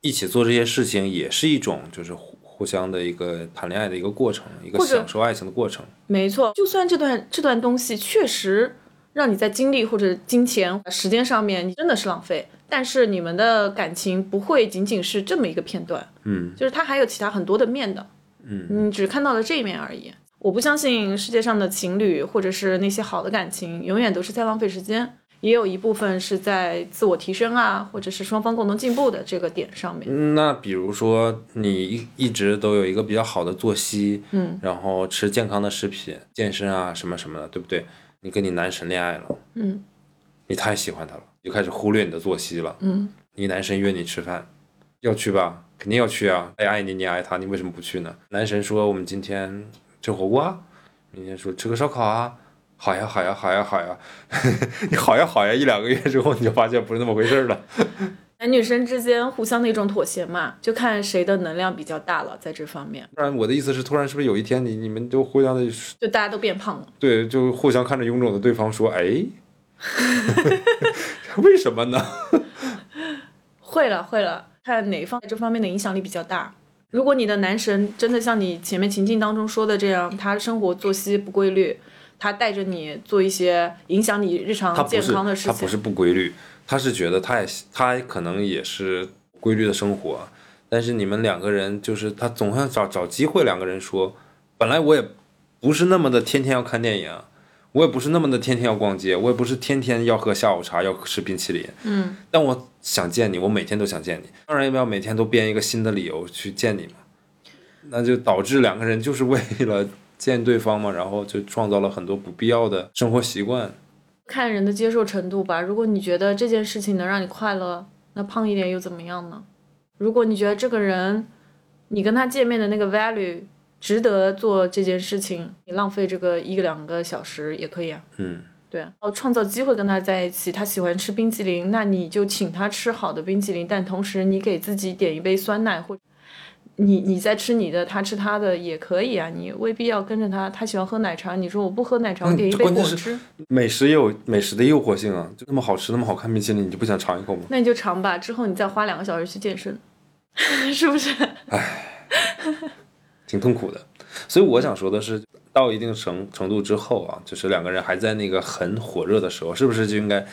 Speaker 1: 一起做这些事情也是一种就是互互相的一个谈恋爱的一个过程，一个
Speaker 2: 或者
Speaker 1: 享受爱情的过程。
Speaker 2: 没错，就算这段这段东西确实让你在精力或者金钱、呃时间上面，你真的是浪费，但是你们的感情不会仅仅是这么一个片段，
Speaker 1: 嗯，
Speaker 2: 就是它还有其他很多的面的，嗯，你只看到了这一面而已。我不相信世界上的情侣或者是那些好的感情，永远都是在浪费时间，也有一部分是在自我提升啊，或者是双方共同进步的这个点上面。
Speaker 1: 嗯那比如说，你一一直都有一个比较好的作息，
Speaker 2: 嗯，
Speaker 1: 然后吃健康的食品、健身啊什么什么的，对不对？你跟你男神恋爱了，
Speaker 2: 嗯，
Speaker 1: 你太喜欢他了，你就开始忽略你的作息了，
Speaker 2: 嗯，
Speaker 1: 你男神约你吃饭，要去吧？肯定要去啊！他也爱你，你也爱他，你为什么不去呢？男神说我们今天吃火锅啊，明天说吃个烧烤啊。好呀，好呀，好呀，好呀！ [LAUGHS] 你好呀，好呀！一两个月之后，你就发现不是那么回事儿了。
Speaker 2: 男女生之间互相的一种妥协嘛，就看谁的能量比较大了，在这方面，
Speaker 1: 不然，我的意思是，突然是不是有一天你你们就互相的
Speaker 2: 就大家都变胖了。
Speaker 1: 对，就互相看着臃肿的对方说：“哎， [LAUGHS] 为什么呢
Speaker 2: 会了，会了，看哪一方在这方面的影响力比较大。如果你的男神真的像你前面情境当中说的这样，他生活作息不规律，他带着你做一些影响你日？”
Speaker 1: 他
Speaker 2: 常
Speaker 1: 不
Speaker 2: 健
Speaker 1: 是
Speaker 2: 康的事
Speaker 1: 他不
Speaker 2: 情，
Speaker 1: 是不规律，他是觉得他也他可能也是规律的生活，但是你们两个人就是他总想找找机会，两个人说，本来我也不是那么的天天要看电影，我也不是那么的天天要逛街，我也不是天天要喝下午茶，要吃冰淇淋，
Speaker 2: 嗯，
Speaker 1: 但我想见你，我每天都想见你，当然也不要每天都编一个新的理由去见你嘛，那就导致两个人就是为了见对方嘛，然后就创造了很多不必要的生活习惯。
Speaker 2: 看人的接受程度吧。如果你觉得这件事情能让你快乐，那胖一点又怎么样呢？如果你觉得这个人，你跟他见面的那个 value 值得做这件事情，你浪费这个一两个小时也可以啊。
Speaker 1: 嗯，
Speaker 2: 对啊，哦，创造机会跟他在一起，他喜欢吃冰淇淋，那你就请他吃好的冰淇淋，但同时你给自己点一杯酸奶，或你你在吃你的，他吃他的也可以啊，你未必要跟着他。他喜欢喝奶茶，你说我不喝奶茶，我
Speaker 1: 嗯
Speaker 2: 点一
Speaker 1: 这
Speaker 2: 杯
Speaker 1: 关
Speaker 2: 果
Speaker 1: 键是
Speaker 2: 汁，
Speaker 1: 美食也有美食的诱惑性啊，就那么好吃，那么好看冰淇淋，你就不想尝一口吗？
Speaker 2: 那你就尝吧，之后你再花两个小时去健身， [LAUGHS] 是不是？
Speaker 1: 挺痛苦的。所以我想说的是，到一定程程度之后啊，就是两个人还在那个很火热的时候，是不是就应该，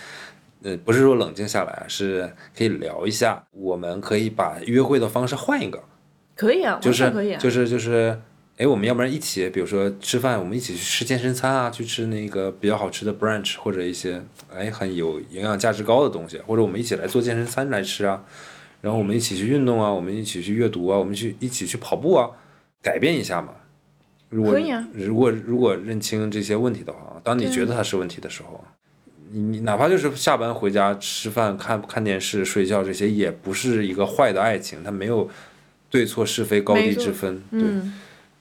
Speaker 1: 呃，不是说冷静下来啊，是可以聊一下，我们可以把约会的方式换一个，
Speaker 2: 可以啊，
Speaker 1: 就
Speaker 2: 完
Speaker 1: 是
Speaker 2: 全可以啊。
Speaker 1: 就是就是，哎，我们要不然一起，比如说吃饭，我们一起去吃健身餐啊，去吃那个比较好吃的 brunch 或者一些哎很有营养价值高的东西，或者我们一起来做健身餐来吃啊，然后我们一起去运动啊，我们一起去阅读啊，我们去一起去跑步啊，改变一下嘛。如果
Speaker 2: 可以啊
Speaker 1: 如果如果认清这些问题的话，啊当你觉得它是问题的时候，啊你你哪怕就是下班回家吃饭、看看电视、睡觉这些，也不是一个坏的爱情，它没有对错是非高低
Speaker 2: 没错
Speaker 1: 之分，对，
Speaker 2: 嗯，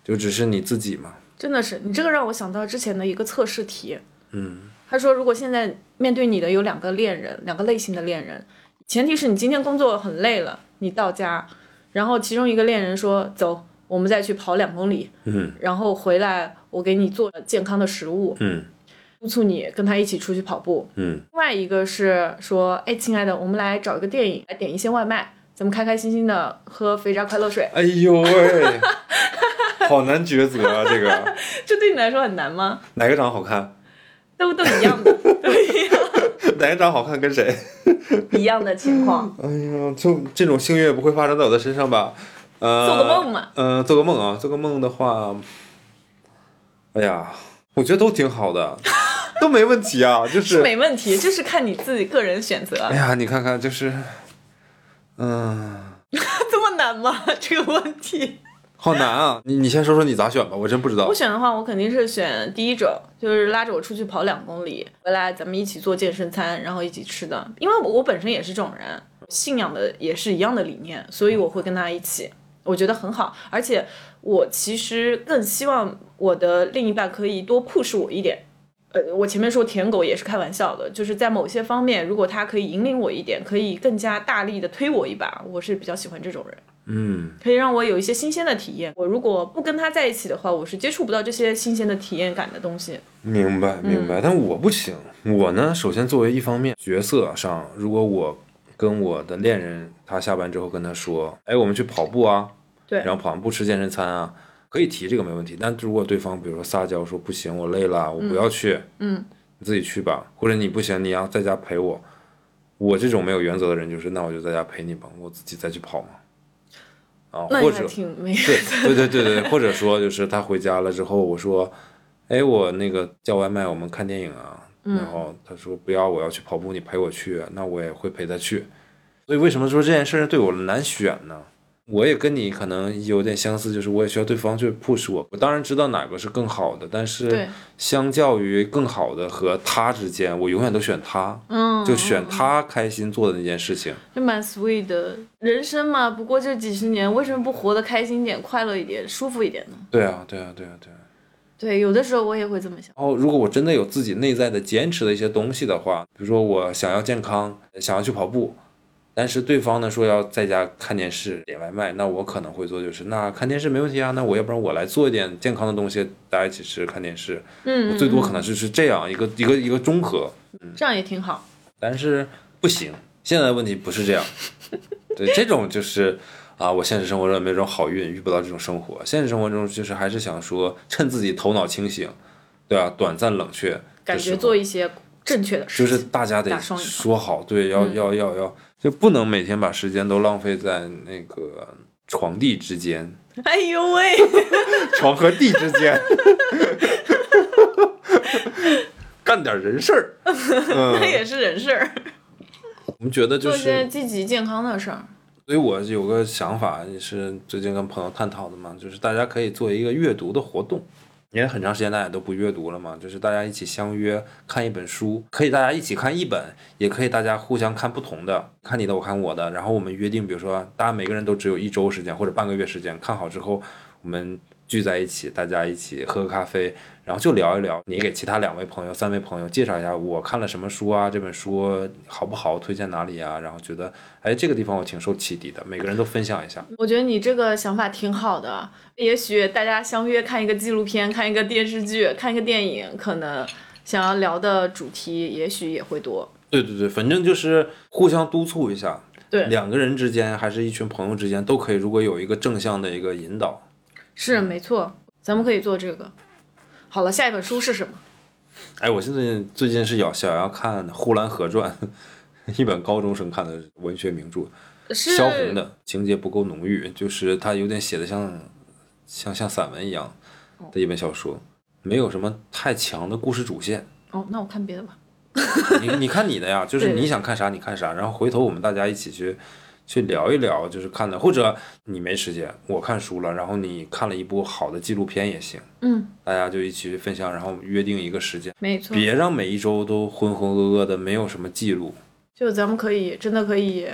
Speaker 1: 就只是你自己嘛。
Speaker 2: 真的是，你这个让我想到之前的一个测试题。嗯，他说如果现在面对你的有两个恋人，两个类型的恋人，前提是你今天工作很累了，你到家，然后其中一个恋人说走，我们再去跑两公里，
Speaker 1: 嗯
Speaker 2: 然后回来我给你做健康的食物，
Speaker 1: 嗯
Speaker 2: 督促你跟他一起出去跑步。
Speaker 1: 嗯
Speaker 2: 另外一个是说，哎，亲爱的，我们来找一个电影，来点一些外卖，咱们开开心心的喝肥宅快乐
Speaker 1: [LAUGHS]
Speaker 2: 水。
Speaker 1: 哎呦喂，好难抉择啊！这个
Speaker 2: 这对你来说很难吗？
Speaker 1: 哪个长好看，
Speaker 2: 都都
Speaker 1: [LAUGHS]
Speaker 2: 一样的，
Speaker 1: 哪个长好看跟谁？
Speaker 2: 一样的情况。
Speaker 1: 哎呀，就这种幸运也不会发生在我的身上吧？呃，
Speaker 2: 做个梦嘛。
Speaker 1: 呃，做个梦啊，做个梦的话，哎呀，我觉得都挺好的，都没问题啊。就是，
Speaker 2: [LAUGHS] 没问题，就是看你自己个人选择
Speaker 1: [LAUGHS] 哎。呀，你看看，就是，嗯、
Speaker 2: 这么难吗？这个问题，
Speaker 1: 好难啊！你你先说说你咋选吧，我真不知道
Speaker 2: 我。选的话，我肯定是选第一种，就是拉着我出去跑两公里，回来咱们一起做健身餐，然后一起吃的。因为我我本身也是这种人，信仰的也是一样的理念，所以我会跟他一起。我觉得很好，而且我其实更希望我的另一半可以多 push 我一点，呃，我前面说舔狗也是开玩笑的，就是在某些方面，如果他可以引领我一点，可以更加大力的推我一把，我是比较喜欢这种人。
Speaker 1: 嗯，
Speaker 2: 可以让我有一些新鲜的体验。我如果不跟他在一起的话，我是接触不到这些新鲜的体验感的东西。
Speaker 1: 明白
Speaker 2: 嗯
Speaker 1: 明白，但我不行。我呢，首先作为一方面角色上，如果我跟我的恋人，他下班之后跟他说，哎，我们去跑步啊，
Speaker 2: 对
Speaker 1: 然后跑完步吃健身餐啊，可以提这个没问题。但如果对方比如说撒娇说不行，我累了，我不要去，
Speaker 2: 嗯，
Speaker 1: 你自己去吧，或者你不行，你要在家陪我。我这种没有原则的人，就是那我就在家陪你吧，我自己再去跑嘛。啊，
Speaker 2: 那
Speaker 1: 或
Speaker 2: 你还
Speaker 1: 者
Speaker 2: 挺没
Speaker 1: 对对对对对，或者说就是他回家了之后，我说，哎，我那个叫外卖，我们看电影啊。
Speaker 2: 嗯
Speaker 1: 然后他说不要，我要去跑步，你陪我去，那我也会陪他去。所以为什么说这件事儿对我难选呢？我也跟你可能有点相似，就是我也需要对方去 push 我。我当然知道哪个是更好的，但是
Speaker 2: 对，
Speaker 1: 相较于更好的和他之间，我永远都选他，
Speaker 2: 嗯，
Speaker 1: 就选他开心做的那件事情。
Speaker 2: 就蛮 sweet 的。人生嘛，不过这几十年，为什么不活得开心一点、快乐一点、舒服一点呢？
Speaker 1: 对啊，对啊，对啊，对啊。
Speaker 2: 对，有的时候我也会这么想。
Speaker 1: 然后，如果我真的有自己内在的坚持的一些东西的话，比如说我想要健康，想要去跑步，但是对方呢说要在家看电视、点外卖，那我可能会做就是，那看电视没问题啊，那我要不然我来做一点健康的东西，大家一起吃看电视，
Speaker 2: 嗯，
Speaker 1: 我最多
Speaker 2: 嗯
Speaker 1: 可能就是这样一个一个一个中和，
Speaker 2: 嗯这样也挺好。
Speaker 1: 但是不行，现在的问题不是这
Speaker 2: [LAUGHS]
Speaker 1: 样，对，这种就是。啊，我现实生活中也没有这种好运，遇不到这种生活。现实生活中就是还是想说，趁自己头脑清醒，对啊，短暂冷却，
Speaker 2: 感
Speaker 1: 这时
Speaker 2: 觉
Speaker 1: 候
Speaker 2: 做一些正确的事
Speaker 1: 就
Speaker 2: 情，
Speaker 1: 是大家得
Speaker 2: 打双引号嗯
Speaker 1: 说好，对，要要要要，就不能每天把时间都浪费在那个床地之
Speaker 2: [LAUGHS]
Speaker 1: 间，
Speaker 2: [LAUGHS] 哎呦喂，
Speaker 1: 床和地之间。 [LAUGHS] 干点人事
Speaker 2: [LAUGHS]
Speaker 1: 儿。
Speaker 2: 那
Speaker 1: 嗯，
Speaker 2: 也是人事儿，
Speaker 1: 我们觉得就
Speaker 2: 做些
Speaker 1: 是，
Speaker 2: 积极健康的事儿。
Speaker 1: 所以我有个想法，也是最近跟朋友探讨的嘛，就是大家可以做一个阅读的活动。因为很长时间大家都不阅读了嘛，就是大家一起相约看一本书，可以大家一起看一本，也可以大家互相看不同的，看你的我看我的，然后我们约定，比如说大家每个人都只有一周时间或者半个月时间，看好之后我们聚在一起，大家一起喝个咖啡，然后就聊一聊，你给其他两位朋友、三位朋友介绍一下我看了什么书啊，这本书好不好，推荐哪里啊，然后觉得哎这个地方我挺受启迪的，每个人都分享一下，
Speaker 2: 我觉得你这个想法挺好的，也许大家相约看一个纪录片、看一个电视剧、看一个电影，可能想要聊的主题也许也会多。
Speaker 1: 对对对，反正就是互相督促一下，
Speaker 2: 对，
Speaker 1: 两个人之间还是一群朋友之间都可以，如果有一个正向的一个引导，
Speaker 2: 是没错，咱们可以做这个。好了，下一本书是什么？
Speaker 1: 哎，我现在最近是要想要看《呼兰河传》， [LAUGHS] 一本高中生看的文学名著，
Speaker 2: 是
Speaker 1: 萧红的情节不够浓郁，就是它有点写的像像像散文一样的一本小说，没有什么太强的故事主线。
Speaker 2: 哦，那我看别的吧。
Speaker 1: 你你看你的呀，就是
Speaker 2: 对
Speaker 1: 你想看啥你看啥，然后回头我们大家一起去去聊一聊，就是看的，或者你没时间，我看书了，然后你看了一部好的纪录片也行，
Speaker 2: 嗯，
Speaker 1: 大家就一起去分享，然后约定一个时间，
Speaker 2: 没错，
Speaker 1: 别让每一周都浑浑噩噩的，没有什么记录。
Speaker 2: 就咱们可以真的可以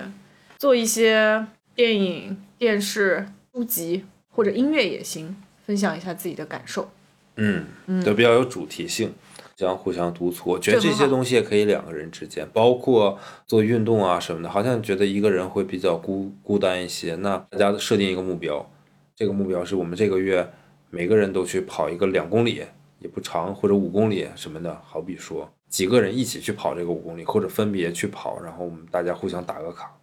Speaker 2: 做一些电影、电视、书籍或者音乐也行，分享一下自己的感受。
Speaker 1: 嗯，都比较有主题性，相互相督促。我觉得
Speaker 2: 这
Speaker 1: 这
Speaker 2: 很
Speaker 1: 些
Speaker 2: 好
Speaker 1: 东西也可以两个人之间，包括做运动啊什么的，好像觉得一个人会比较孤孤单一些。那大家设定一个目标，这个目标是我们这个月每个人都去跑一个两公里，也不长，或者五公里什么的。好比说几个人一起去跑这个五公里，或者分别去跑，然后我们大家互相打个卡。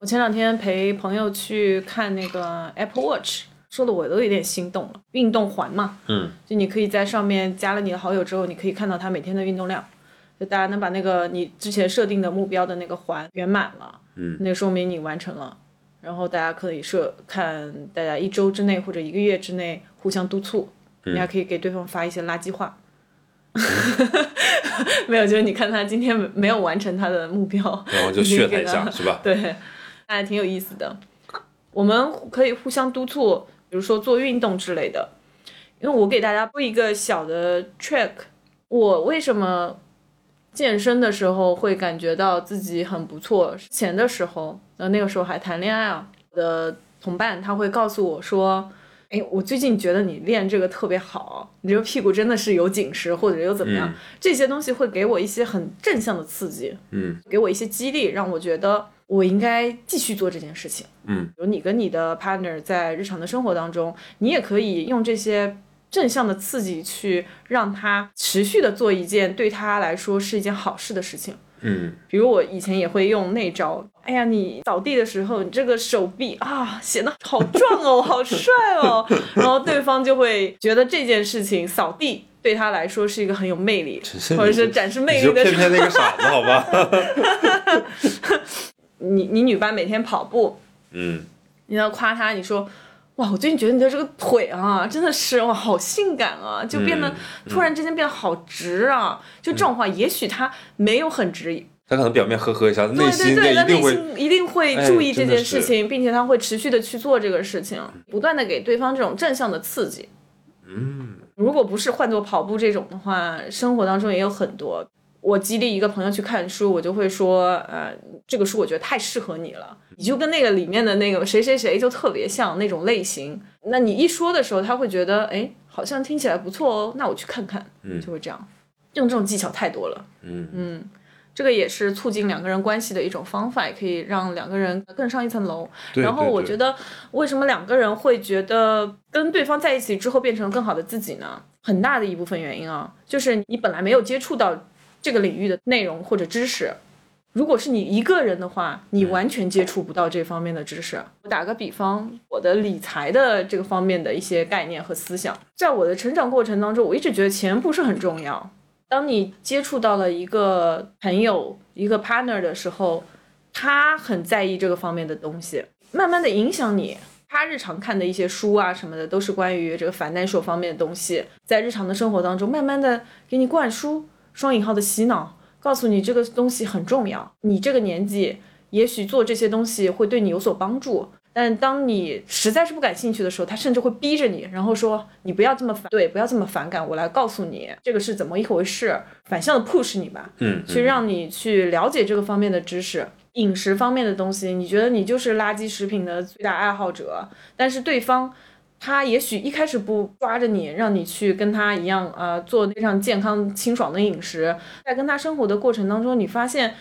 Speaker 2: 我前两天陪朋友去看那个 Apple Watch，说的我都有点心动了。运动环嘛，
Speaker 1: 嗯，
Speaker 2: 就你可以在上面加了你的好友之后，你可以看到他每天的运动量。就大家能把那个你之前设定的目标的那个环圆满了，嗯，那说明你完成了。然后大家可以设看大家一周之内或者一个月之内互相督促，你还可以给对方发一些垃圾话。 [LAUGHS] 没有，就是你看他今天没没有完成他的目标，
Speaker 1: 然后就
Speaker 2: 哦你可以
Speaker 1: 血他
Speaker 2: 给
Speaker 1: 一下，是吧？
Speaker 2: 对，那还挺有意思的。我们可以互相督促，比如说做运动之类的。因为我给大家布一个小的 track，我为什么健身的时候会感觉到自己很不错？之前的时候，呃，那个时候还谈恋爱啊，我的同伴他会告诉我说。哎，我最近觉得你练这个特别好，你这个屁股真的是有紧实，或者又怎么样？
Speaker 1: 嗯
Speaker 2: 这些东西会给我一些很正向的刺激。
Speaker 1: 嗯，
Speaker 2: 给我一些激励，让我觉得我应该继续做这件事情。
Speaker 1: 嗯，
Speaker 2: 比如你跟你的 partner 在日常的生活当中，你也可以用这些正向的刺激去让他持续的做一件对他来说是一件好事的事情。
Speaker 1: 嗯，
Speaker 2: 比如我以前也会用那招，哎呀，你倒地的时候，你这个手臂啊显得好壮哦，好帅哦， [LAUGHS] 然后对方就会觉得这件事情扫地对他来说是一个很有魅力，或者是展示
Speaker 1: 你
Speaker 2: 魅力
Speaker 1: 就
Speaker 2: 的
Speaker 1: 骗
Speaker 2: 时候。
Speaker 1: 骗那个傻子，好吧？ [LAUGHS]
Speaker 2: 你你女伴每天跑步，
Speaker 1: 嗯，
Speaker 2: 你要夸她，你说。哇，我最近觉得你的这个腿啊，真的是哇，好性感啊，就变得、
Speaker 1: 嗯
Speaker 2: 突然之间变得好直啊，就这种话，也许她没有很直，
Speaker 1: 他可能表面呵呵一下，内
Speaker 2: 对对
Speaker 1: 心这
Speaker 2: 对，她
Speaker 1: 一定
Speaker 2: 内
Speaker 1: 会
Speaker 2: 心一定会
Speaker 1: 哎
Speaker 2: 注意这
Speaker 1: 真的
Speaker 2: 件事
Speaker 1: 是
Speaker 2: 情，并且她会持续的去做这个事情，不断的给对方这种正向的刺激。
Speaker 1: 嗯
Speaker 2: 如果不是换做跑步这种的话，生活当中也有很多。我激励一个朋友去看书，我就会说，呃，这个书我觉得太适合你了，你就跟那个里面的那个谁谁谁就特别像那种类型。那你一说的时候，他会觉得，哎，好像听起来不错哦，那我去看看，
Speaker 1: 嗯
Speaker 2: 就会这样。用这种技巧太多了，
Speaker 1: 嗯
Speaker 2: 嗯，这个也是促进两个人关系的一种方法，也可以让两个人更上一层楼。
Speaker 1: 对
Speaker 2: 然后
Speaker 1: 对
Speaker 2: 我
Speaker 1: 对
Speaker 2: 觉得，为什么两个人会觉得跟对方在一起之后变成更好的自己呢？很大的一部分原因啊，就是你本来没有接触到这个领域的内容或者知识。如果是你一个人的话，
Speaker 1: 嗯
Speaker 2: 你完全接触不到这方面的知识。我打个比方，我的理财的这个方面的一些概念和思想，在我的成长过程当中，我一直觉得钱不是很重要。当你接触到了一个朋友、一个 partner 的时候，他很在意这个方面的东西，慢慢的影响你。他日常看的一些书啊什么的，都是关于这个 financial 方面的东西，在日常的生活当中慢慢的给你灌输，双引号的洗脑，告诉你这个东西很重要，你这个年纪也许做这些东西会对你有所帮助。但当你实在是不感兴趣的时候，他甚至会逼着你，然后说你不要这么反对，不要这么反感，我来告诉你这个是怎么一回事，反向的 push 你吧，
Speaker 1: 嗯，
Speaker 2: 去让你去了解这个方面的知识。饮食方面的东西，你觉得你就是垃圾食品的最大爱好者，但是对方他也许一开始不抓着你，让你去跟他一样，呃，做非常健康清爽的饮食，在跟他生活的过程当中，你发现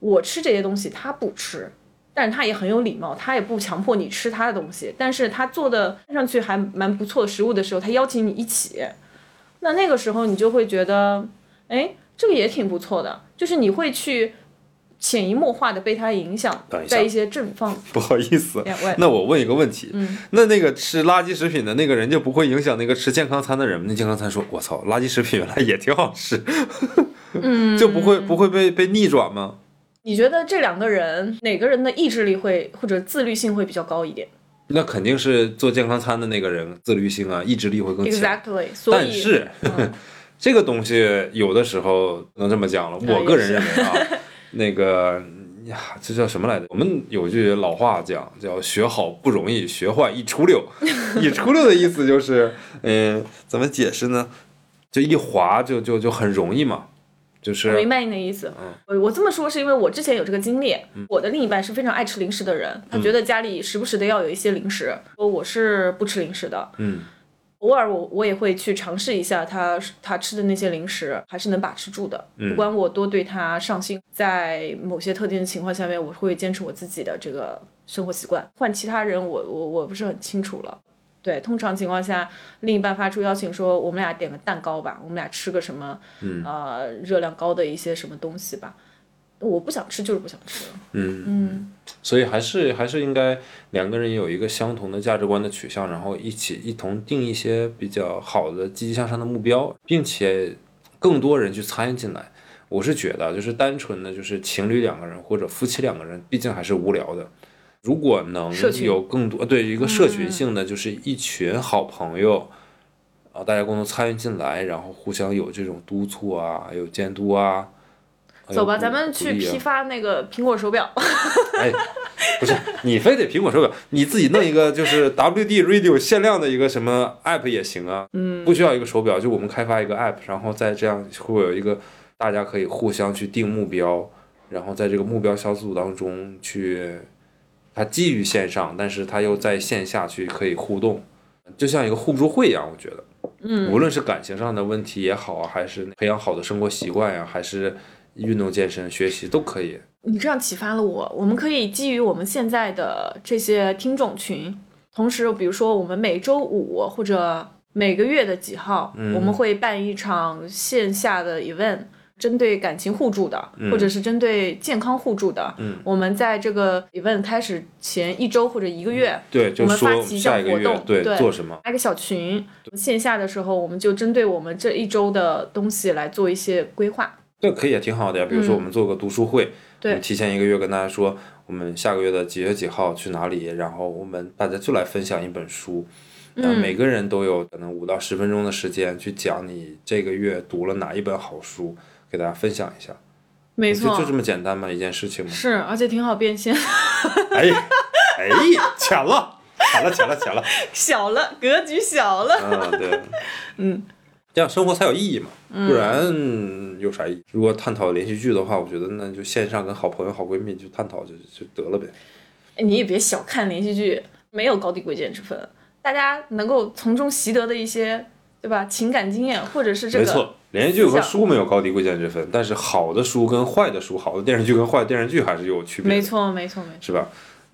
Speaker 2: 我吃这些东西，他不吃。但是他也很有礼貌，他也不强迫你吃他的东西，但是他做的看上去还蛮不错的食物的时候，他邀请你一起，那那个时候你就会觉得，哎，这个也挺不错的，就是你会去潜移默化的被他影响
Speaker 1: 等一，下
Speaker 2: 在一些正方
Speaker 1: 不好意思，
Speaker 2: 两位，
Speaker 1: 那我问一个问题，
Speaker 2: 嗯
Speaker 1: 那那个吃垃圾食品的那个人就不会影响那个吃健康餐的人吗？那健康餐说：“我操，垃圾食品原来也挺好吃。” [LAUGHS]
Speaker 2: 嗯，
Speaker 1: 就不会不会被被逆转吗？
Speaker 2: 你觉得这两个人哪个人的意志力会或者自律性会比较高一点
Speaker 1: 那肯定是做健康餐的那个人自律性啊，意志力会更强。
Speaker 2: ？Exactly，所
Speaker 1: 但
Speaker 2: 以
Speaker 1: 是、 [LAUGHS] 这个东西有的时候不能这么讲了，
Speaker 2: 那
Speaker 1: 我个人
Speaker 2: 也
Speaker 1: 认为啊，那个呀，这叫什么来着？我们有句老话讲，叫“学好不容易，学坏一出溜”。一出溜的意思就是，嗯、怎么解释呢？就一滑就就就很容易嘛，就
Speaker 2: 我明
Speaker 1: 是
Speaker 2: 白你的意思。
Speaker 1: 嗯
Speaker 2: 我我这么说是因为我之前有这个经历，我的另一半是非常爱吃零食的人，
Speaker 1: 嗯
Speaker 2: 他觉得家里时不时的要有一些零食，说我是不吃零食的。
Speaker 1: 嗯，
Speaker 2: 偶尔我我也会去尝试一下他他吃的那些零食，还是能把持住的。不管我多对他上心，在某些特定的情况下面，我会坚持我自己的这个生活习惯。换其他人我，我我不是很清楚了。对，通常情况下，另一半发出邀请说，我们俩点个蛋糕吧，我们俩吃个什么，嗯、呃，热量高的一些什么东西吧。我不想吃，就是不想吃。
Speaker 1: 所以还是还是应该两个人有一个相同的价值观的取向，然后一起一同定一些比较好的积极向上的目标，并且更多人去参与进来。我是觉得，啊就是单纯的就是情侣两个人或者夫妻两个人，毕竟还是无聊的。如果能
Speaker 2: 社群嗯
Speaker 1: 有更多对一个社群性的，就是一群好朋友，啊，大家共同参与进来，然后互相有这种督促啊，有监督啊。
Speaker 2: 走吧，
Speaker 1: 有鼓
Speaker 2: 咱们去
Speaker 1: 鼓励啊
Speaker 2: 批发那个苹果手表。
Speaker 1: 哎，不是，你非得苹果手表，你自己弄一个就是 WD Radio 限量的一个什么 app 也行啊。嗯，不需要一个手表，就我们开发一个 app，然后再这样会有一个大家可以互相去定目标，然后在这个目标小组当中去，它基于线上，但是它又在线下去可以互动，就像一个互助会一样，我觉得。嗯，无论是感情上的问题也好啊，还是培养好的生活习惯呀、还是运动健身、学习都可以。
Speaker 2: 你这样启发了我，我们可以基于我们现在的这些听众群，同时，比如说我们每周五或者每个月的几号，
Speaker 1: 嗯
Speaker 2: 我们会办一场线下的 event，针对感情互助的，或者是针对健康互助的。
Speaker 1: 嗯
Speaker 2: 我们在这个 event 开始前一周或者一个月，
Speaker 1: 嗯对，就
Speaker 2: 我们发
Speaker 1: 说
Speaker 2: 起一
Speaker 1: 下
Speaker 2: 项
Speaker 1: 一个
Speaker 2: 活
Speaker 1: 月
Speaker 2: 动
Speaker 1: 对
Speaker 2: 对
Speaker 1: 做什么，
Speaker 2: 拉个小群，线下的时候我们就针对我们这一周的东西来做一些规划。
Speaker 1: 这可以啊也挺好的呀。比如说，我们做个读书会，我
Speaker 2: 嗯对
Speaker 1: 们提前一个月跟大家说，我们下个月的几月几号去哪里，然后我们大家就来分享一本书，然
Speaker 2: 嗯
Speaker 1: 后每个人都有可能五到十分钟的时间去讲你这个月读了哪一本好书，给大家分享一下。
Speaker 2: 没
Speaker 1: 就
Speaker 2: 错，
Speaker 1: 嗯就这么简单嘛，一件事情嘛。
Speaker 2: 是，而且挺好变现， [LAUGHS]
Speaker 1: 哎哎，抢了，抢了，抢了，抢了。
Speaker 2: 小了，格局小了。
Speaker 1: 啊，
Speaker 2: [LAUGHS]
Speaker 1: 对，嗯，这样生活才有意义嘛，
Speaker 2: 嗯
Speaker 1: 不然有啥意义？如果探讨连续剧的话，我觉得那就线上跟好朋友、好闺蜜就探讨就就得了呗。
Speaker 2: 哎你也别小看连续剧，没有高低贵贱之分，大家能够从中习得的一些，对吧？情感经验，或者是这
Speaker 1: 没
Speaker 2: 个，
Speaker 1: 错，连续剧和书没有高低贵贱之分，但是好的书跟坏的书，好的电视剧跟坏的电视剧还是有区别的，
Speaker 2: 没错，没错，没错。
Speaker 1: 是吧？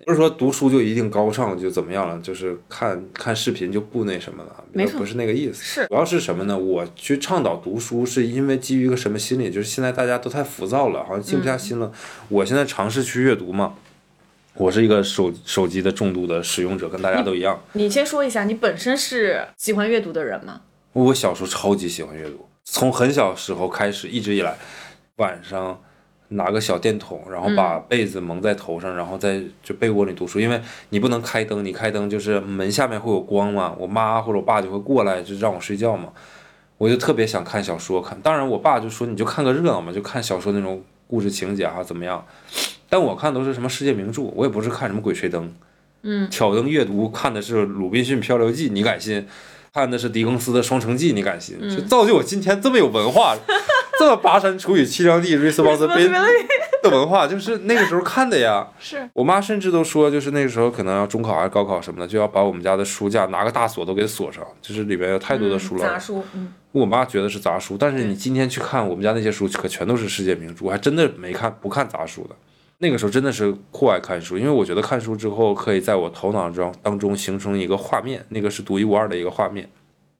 Speaker 1: 不是说读书就一定高尚就怎么样了，就是看看视频就不那什么了，
Speaker 2: 没错
Speaker 1: 不是那个意思。
Speaker 2: 是
Speaker 1: 主要是什么呢？我去倡导读书，是因为基于一个什么心理？就是现在大家都太浮躁了，好像静不下心了。
Speaker 2: 嗯
Speaker 1: 我现在尝试去阅读嘛，我是一个手手机的重度的使用者，跟大家都一样。
Speaker 2: 你先说一下，你本身是喜欢阅读的人吗？
Speaker 1: 我小时候超级喜欢阅读，从很小时候开始，一直以来，晚上拿个小电筒，然后把被子蒙在头上，然后在就被窝里读书。因为你不能开灯，你开灯就是门下面会有光嘛，我妈或者我爸就会过来就让我睡觉嘛。我就特别想看小说看。当然，我爸就说你就看个热闹嘛，就看小说那种故事情节啊怎么样。但我看都是什么世界名著，我也不是看什么《鬼吹灯》。
Speaker 2: 嗯，
Speaker 1: 挑灯夜读看的是《鲁滨逊漂流记》，你敢信？看的是狄更斯的《双城记》，你敢信？就造就我今天这么有文化， [LAUGHS] 这么跋山楚雨凄凉地 responsibility 的文化，就是那个时候看的呀。
Speaker 2: 是
Speaker 1: 我妈甚至都说，就是那个时候可能要中考还是高考什么的，就要把我们家的书架拿个大锁都给锁上，就是里边有太多的书了。
Speaker 2: 杂书，嗯，
Speaker 1: 我妈觉得是杂书，但是你今天去看我们家那些书，可全都是世界名著，还真的没看不看杂书的。那个时候真的是酷爱看书，因为我觉得看书之后可以在我头脑中当中形成一个画面，那个是独一无二的一个画面，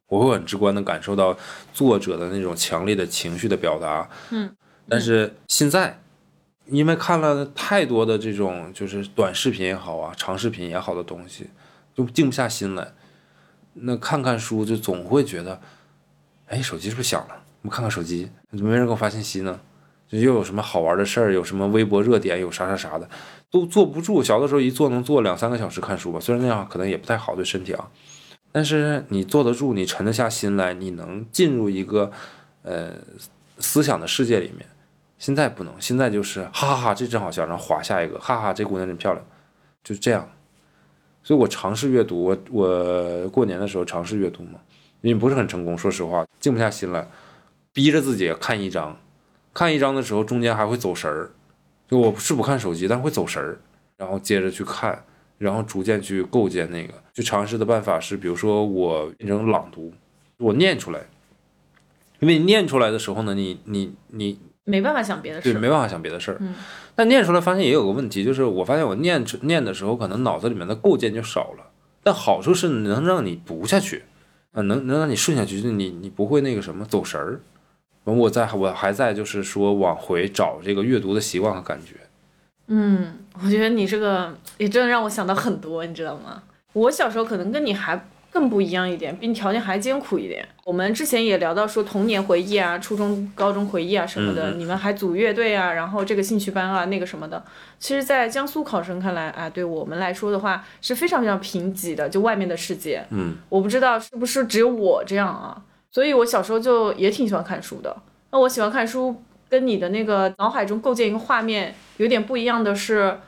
Speaker 1: 我会很直观的感受到作者的那种强烈的情绪的表达。
Speaker 2: 嗯，
Speaker 1: 但是现在因为看了太多的这种就是短视频也好啊，长视频也好的东西，就静不下心来。那看看书就总会觉得，哎，手机是不是响了？我看看手机，怎么没人给我发信息呢？就又有什么好玩的事儿，有什么微博热点，有啥啥啥的，都坐不住。小的时候一坐能坐两三个小时看书吧，虽然那样可能也不太好对身体啊，但是你坐得住，你沉得下心来，你能进入一个呃思想的世界里面。现在不能，现在就是哈哈哈，这真好笑，然后划下一个，哈哈，这姑娘真漂亮，就这样。所以我尝试阅读，我我过年的时候尝试阅读嘛，因为不是很成功，说实话，静不下心来，逼着自己看一章，看一章的时候中间还会走神儿，就我是不看手机，但会走神儿，然后接着去看，然后逐渐去构建那个，去尝试的办法是，比如说我变成朗读，我念出来，因为你念出来的时候呢，你你你
Speaker 2: 没办法想别的
Speaker 1: 对
Speaker 2: 事，
Speaker 1: 没办法想别的事儿，
Speaker 2: 嗯
Speaker 1: 但念出来发现也有个问题，就是我发现我念出念的时候，可能脑子里面的构建就少了。但好处是能让你读下去，啊，能能让你顺下去，就你你不会那个什么走神儿。完，我在我还在就是说往回找这个阅读的习惯和感觉。
Speaker 2: 嗯，我觉得你这个也真的让我想到很多，你知道吗？我小时候可能跟你还更不一样一点，比你条件还艰苦一点。我们之前也聊到说童年回忆啊、初中、高中回忆啊什么的，
Speaker 1: 嗯
Speaker 2: 你们还组乐队啊，然后这个兴趣班啊、那个什么的。其实，在江苏考生看来啊，对我们来说的话是非常非常贫瘠的，就外面的世界。
Speaker 1: 嗯，
Speaker 2: 我不知道是不是只有我这样啊，所以我小时候就也挺喜欢看书的。那我喜欢看书，跟你的那个脑海中构建一个画面有点不一样的是，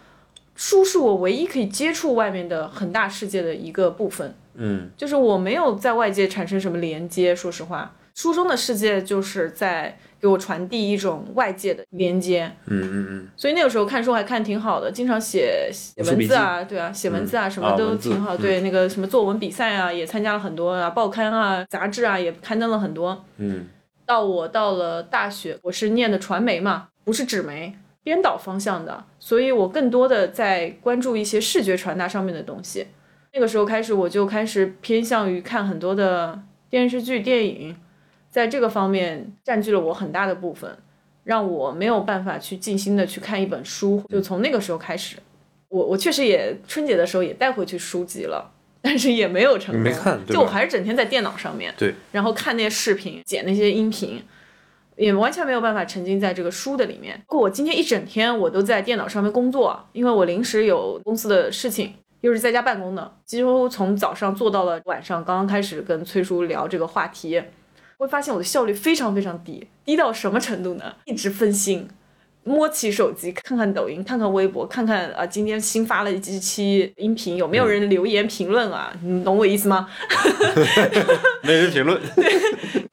Speaker 2: 书是我唯一可以接触外面的很大世界的一个部分。
Speaker 1: 嗯，
Speaker 2: 就是我没有在外界产生什么连接，说实话，书中的世界就是在给我传递一种外界的连接。
Speaker 1: 嗯嗯嗯，
Speaker 2: 所以那个时候看书还看挺好的，经常写写
Speaker 1: 文字笔
Speaker 2: 文
Speaker 1: 记
Speaker 2: 字啊，对啊，写文字啊，什
Speaker 1: 啊
Speaker 2: 么都
Speaker 1: 文字
Speaker 2: 挺好。
Speaker 1: 嗯
Speaker 2: 对，那个什么作文比赛啊，也参加了很多啊，报刊啊、杂志啊，也刊登了很多。
Speaker 1: 嗯，
Speaker 2: 到我到了大学，我是念的传媒嘛，不是纸媒，编导方向的，所以我更多的在关注一些视觉传达上面的东西。那个时候开始，我就开始偏向于看很多的电视剧、电影，在这个方面占据了我很大的部分。让我没有办法去静心的去看一本书，就从那个时候开始，我我确实也春节的时候也带回去书籍了，但是也没有成功，
Speaker 1: 没看对吧
Speaker 2: 就我还是整天在电脑上面，
Speaker 1: 对，
Speaker 2: 然后看那些视频，剪那些音频，也完全没有办法沉浸在这个书的里面。不过我今天一整天我都在电脑上面工作，因为我临时有公司的事情。又是在家办公的，几乎从早上做到了晚上。刚刚开始跟崔叔聊这个话题，会发现我的效率非常非常低，低到什么程度呢？一直分心，摸起手机看看抖音，看看微博，看看啊、呃今天新发了几期音频，有没有人留言评论啊？你懂我意思吗？
Speaker 1: 没人评论。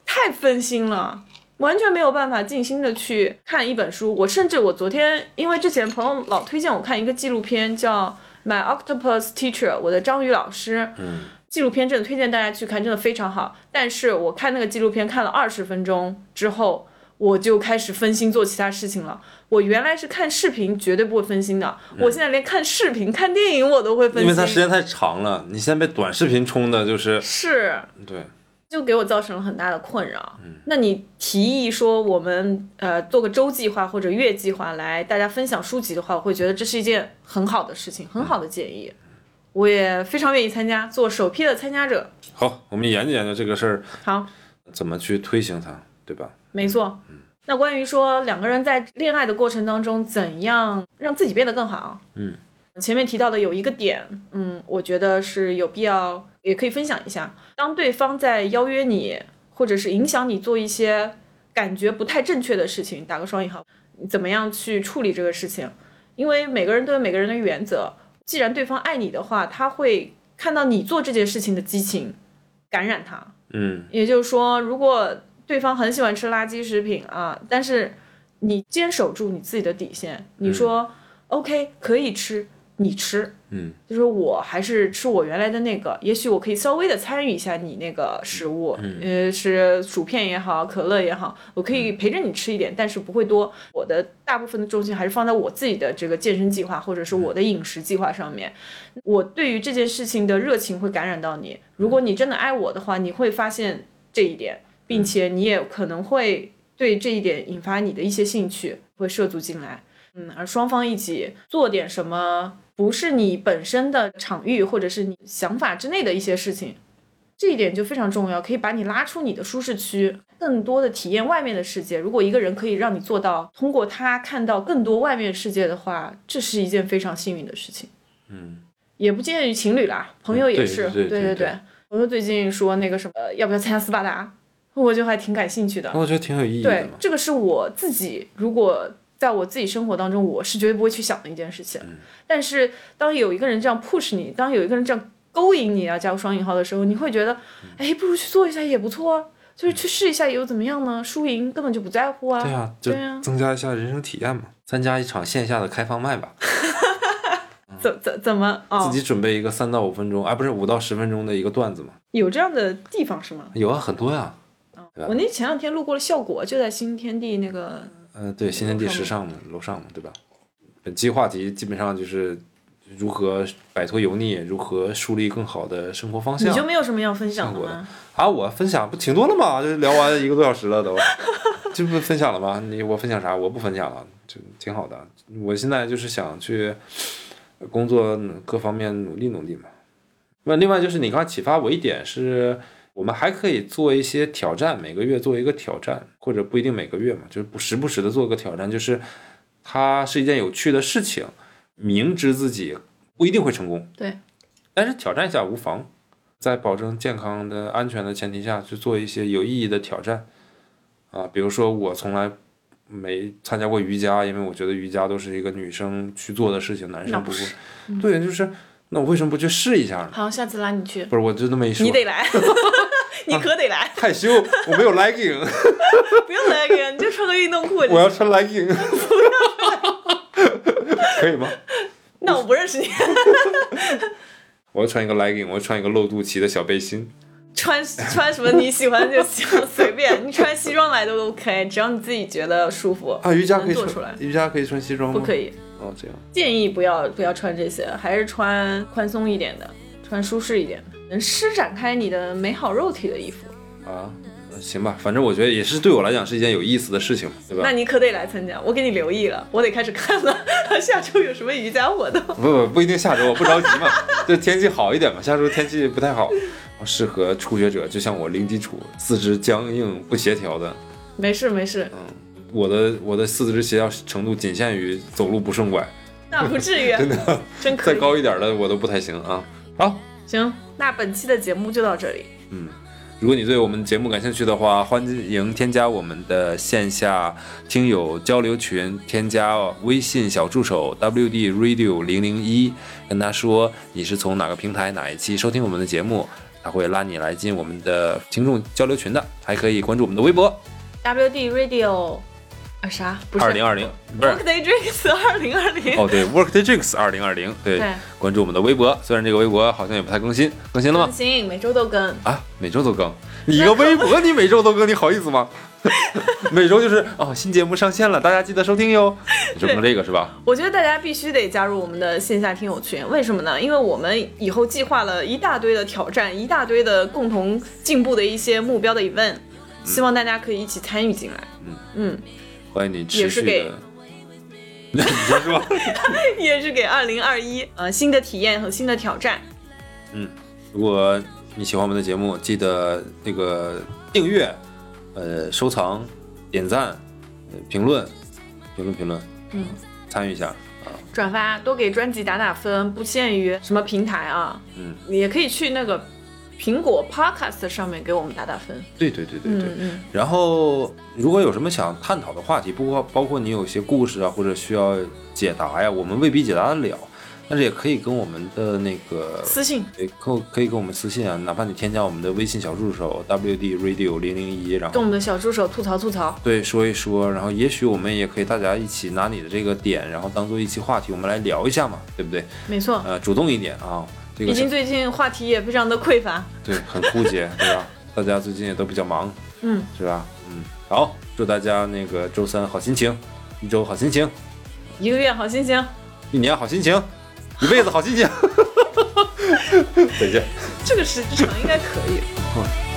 Speaker 2: 太分心了。完全没有办法静心的去看一本书，我甚至我昨天因为之前朋友老推荐我看一个纪录片叫《My Octopus Teacher》，我的章鱼老师， [LAUGHS]
Speaker 1: 嗯，
Speaker 2: 纪录片真的推荐大家去看，真的非常好。但是我看那个纪录片看了二十分钟之后，我就开始分心做其他事情了。我原来是看视频绝对不会分心的，我现在连看视频、看电影我都会分
Speaker 1: 嗯因为它时
Speaker 2: 心，
Speaker 1: 间太长了，你现在被短视频冲的，就是
Speaker 2: 是
Speaker 1: 嗯对，
Speaker 2: 就给我造成了很大的困扰。
Speaker 1: 嗯
Speaker 2: 那你提议说我们呃做个周计划或者月计划来大家分享书籍的话，我会觉得这是一件很好的事情，很好的建议。
Speaker 1: 嗯
Speaker 2: 我也非常愿意参加，做首批的参加者。
Speaker 1: 好，我们研究研究这个事儿
Speaker 2: 好，
Speaker 1: 怎么去推行它，对吧？
Speaker 2: 没错。那关于说两个人在恋爱的过程当中，怎样让自己变得更好？
Speaker 1: 嗯，
Speaker 2: 前面提到的有一个点，嗯，我觉得是有必要，也可以分享一下。当对方在邀约你，或者是影响你做一些感觉不太正确的事情，打个双引号，你怎么样去处理这个事情？因为每个人都有每个人的原则，既然对方爱你的话，他会看到你做这件事情的激情，感染他。
Speaker 1: 嗯，
Speaker 2: 也就是说，如果对方很喜欢吃垃圾食品啊，但是你坚守住你自己的底线，你说、OK 可以吃，你吃，
Speaker 1: 嗯，
Speaker 2: 就是我还是吃我原来的那个，也许我可以稍微的参与一下你那个食物，嗯、呃，是薯片也好，可乐也好，我可以陪着你吃一点，但是不会多。我的大部分的重心还是放在我自己的这个健身计划或者是我的饮食计划上面。我对于这件事情的热情会感染到你。如果你真的爱我的话，你会发现这一点，
Speaker 1: 嗯
Speaker 2: 并且你也可能会对这一点引发你的一些兴趣，会涉足进来。嗯，而双方一起做点什么，不是你本身的场域或者是你想法之内的一些事情，这一点就非常重要，可以把你拉出你的舒适区，更多的体验外面的世界。如果一个人可以让你做到通过他看到更多外面世界的话，这是一件非常幸运的事情。
Speaker 1: 嗯，
Speaker 2: 也不限于情侣啦，朋友也
Speaker 1: 对
Speaker 2: 是。
Speaker 1: 对对对
Speaker 2: 对
Speaker 1: 对
Speaker 2: 朋友最近说那个什么，呃要不要参加斯巴达？我就还挺感兴趣的。
Speaker 1: 那我觉得挺有意义的
Speaker 2: 对
Speaker 1: 嘛，。
Speaker 2: 这个是我自己，如果在我自己生活当中，我是绝对不会去想的一件事情。
Speaker 1: 嗯
Speaker 2: 但是当有一个人这样 push 你，当有一个人这样勾引你啊，加入双引号的时候，你会觉得，
Speaker 1: 嗯
Speaker 2: 哎，不如去做一下也不错啊，就是去试一下又怎么样呢？输赢根本就不在乎
Speaker 1: 对
Speaker 2: 啊。
Speaker 1: 啊，就
Speaker 2: 对啊
Speaker 1: 增加一下人生体验嘛，参加一场线下的开放麦吧，
Speaker 2: 怎怎怎么啊、
Speaker 1: 嗯自己准备一个三到五分钟，啊，不是五到十分钟的一个段子嘛，
Speaker 2: 有这样的地方是吗？
Speaker 1: 有啊，很多呀。对吧啊
Speaker 2: 我那前两天路过了效果，就在新天地那个
Speaker 1: 嗯、对，新天地时尚嘛，楼上嘛，对吧？本期话题基本上就是如何摆脱油腻，如何树立更好的生活方
Speaker 2: 你
Speaker 1: 向
Speaker 2: 就没有什么要分享的
Speaker 1: 效果
Speaker 2: 吗？
Speaker 1: 啊！我分享不挺多了吗？这聊完一个多小时了都， [LAUGHS] 这不分享了吗？你我分享啥？我不分享了，就挺好的。我现在就是想去工作各方面努力努力嘛。那另外就是你刚才启发我一点是，我们还可以做一些挑战，每个月做一个挑战，或者不一定每个月嘛，就是不时不时的做个挑战，就是它是一件有趣的事情，明知自己不一定会成功，
Speaker 2: 对，
Speaker 1: 但是挑战一下无妨，在保证健康的、安全的前提下去做一些有意义的挑战，啊，比如说我从来。没参加过瑜伽，因为我觉得瑜伽都是一个女生去做的事情，男
Speaker 2: 那
Speaker 1: 生
Speaker 2: 不
Speaker 1: 不会
Speaker 2: 是。
Speaker 1: 对，就是那我为什么不去试一下呢？
Speaker 2: 好，下次拉你去，
Speaker 1: 不是，我就那么一说
Speaker 2: 你，得来，你可得来。
Speaker 1: [LAUGHS] 害羞，我没有 legging，
Speaker 2: 不用 legging，你就穿个运动裤。
Speaker 1: [LAUGHS] 我要穿 legging，可以吗？
Speaker 2: 那我不认识你，
Speaker 1: 我要穿一个 legging，我要穿一个露肚脐的小背心。
Speaker 2: 穿穿什么你喜欢就行，随便你穿西装来都 OK，只要你自己觉得舒服。
Speaker 1: 啊，瑜伽可以
Speaker 2: 能做出来
Speaker 1: 穿，瑜伽可以穿西装吗？
Speaker 2: 不可。以，
Speaker 1: 哦，这样。
Speaker 2: 建议不要不要穿这些，还是穿宽松一点的，穿舒适一点的，能施展开你的美好肉体的衣服。
Speaker 1: 啊，行吧，反正我觉得也是对我来讲是一件有意思的事情，对吧
Speaker 2: 那？你可得来参加，我给你留意了，我得开始看了，下周有什么瑜伽活动？ [LAUGHS]
Speaker 1: 不不不一定下周，我不着急嘛，就天气好一点嘛。下周天气不太好，哦适合初学者，就像我零基础，四肢僵硬不协调的，
Speaker 2: 没事没事，
Speaker 1: 嗯我的我的四肢协调程度仅限于走路不顺拐， [LAUGHS]
Speaker 2: 那不至于，
Speaker 1: 真的。
Speaker 2: 真
Speaker 1: 再
Speaker 2: 可以。
Speaker 1: 高一点的我都不太行啊。好，
Speaker 2: 行，那本期的节目就到这里。
Speaker 1: 如果你对我们节目感兴趣的话，欢迎添加我们的线下听友交流群，添加微信小助手 WD Radio 零零一，跟他说你是从哪个平台哪一期收听我们的节目，他会拉你来进我们的听众交流群的。还可以关注我们的微博
Speaker 2: WD Radio 啊啥？不是
Speaker 1: 二零二零，不是
Speaker 2: Workday Drinks [LAUGHS] 二零二
Speaker 1: [LAUGHS]
Speaker 2: 零。
Speaker 1: 哦，对，Workday Drinks 二零二零，对
Speaker 2: 对，
Speaker 1: 关注我们的微博，虽然这个微博好像也不太更新，更新了吗
Speaker 2: 更？新每周都更，
Speaker 1: 啊，每周都更，你一个微博你每周都更，你好意思吗？ [LAUGHS] 每周就是哦，新节目上线了，大家记得收听哟。你就弄这个是吧？
Speaker 2: 我觉得大家必须得加入我们的线下听友群，为什么呢？因为我们以后计划了一大堆的挑战，一大堆的共同进步的一些目标的 event，希望大家可以一起参与进来。
Speaker 1: 嗯
Speaker 2: 嗯，
Speaker 1: 欢迎你持
Speaker 2: 也是
Speaker 1: 续
Speaker 2: 给
Speaker 1: 的。 [LAUGHS] 你先说，
Speaker 2: [LAUGHS] 也是给二零二一呃新的体验和新的挑战。
Speaker 1: 如果你喜欢我们的节目，记得那个订阅、呃收藏、点赞、呃评论、评论评论，
Speaker 2: 嗯，
Speaker 1: 参与一下。
Speaker 2: 转发，多给专辑打打分，不限于什么平台啊，
Speaker 1: 嗯，
Speaker 2: 也可以去那个苹果 Podcast 上面给我们打打分。
Speaker 1: 对对对对对。
Speaker 2: 嗯嗯，
Speaker 1: 然后，如果有什么想探讨的话题，包括包括你有些故事啊，或者需要解答呀，我们未必解答得了，但是也可以跟我们的那个
Speaker 2: 私信
Speaker 1: 也可可以给我们私信啊，哪怕你添加我们的微信小助手 WD Radio 零零一，然
Speaker 2: 跟
Speaker 1: 后
Speaker 2: 我们的小助手吐槽吐槽。
Speaker 1: 对说一说，然后也许我们也可以大家一起拿你的这个点，然后当做一期话题，我们来聊一下嘛，对不对？
Speaker 2: 没错，
Speaker 1: 呃，主动一点啊，这
Speaker 2: 毕
Speaker 1: 个
Speaker 2: 竟
Speaker 1: 是
Speaker 2: 最近话题也非常的匮乏。
Speaker 1: 对很枯竭，对吧？大家最近也都比较忙，
Speaker 2: 嗯，
Speaker 1: 是吧？嗯，好，祝大家那个周三好心情，一周好心情，
Speaker 2: 一个月好心情，
Speaker 1: 一年好心情，一辈子好心情。再见。
Speaker 2: 这个时长应该可以。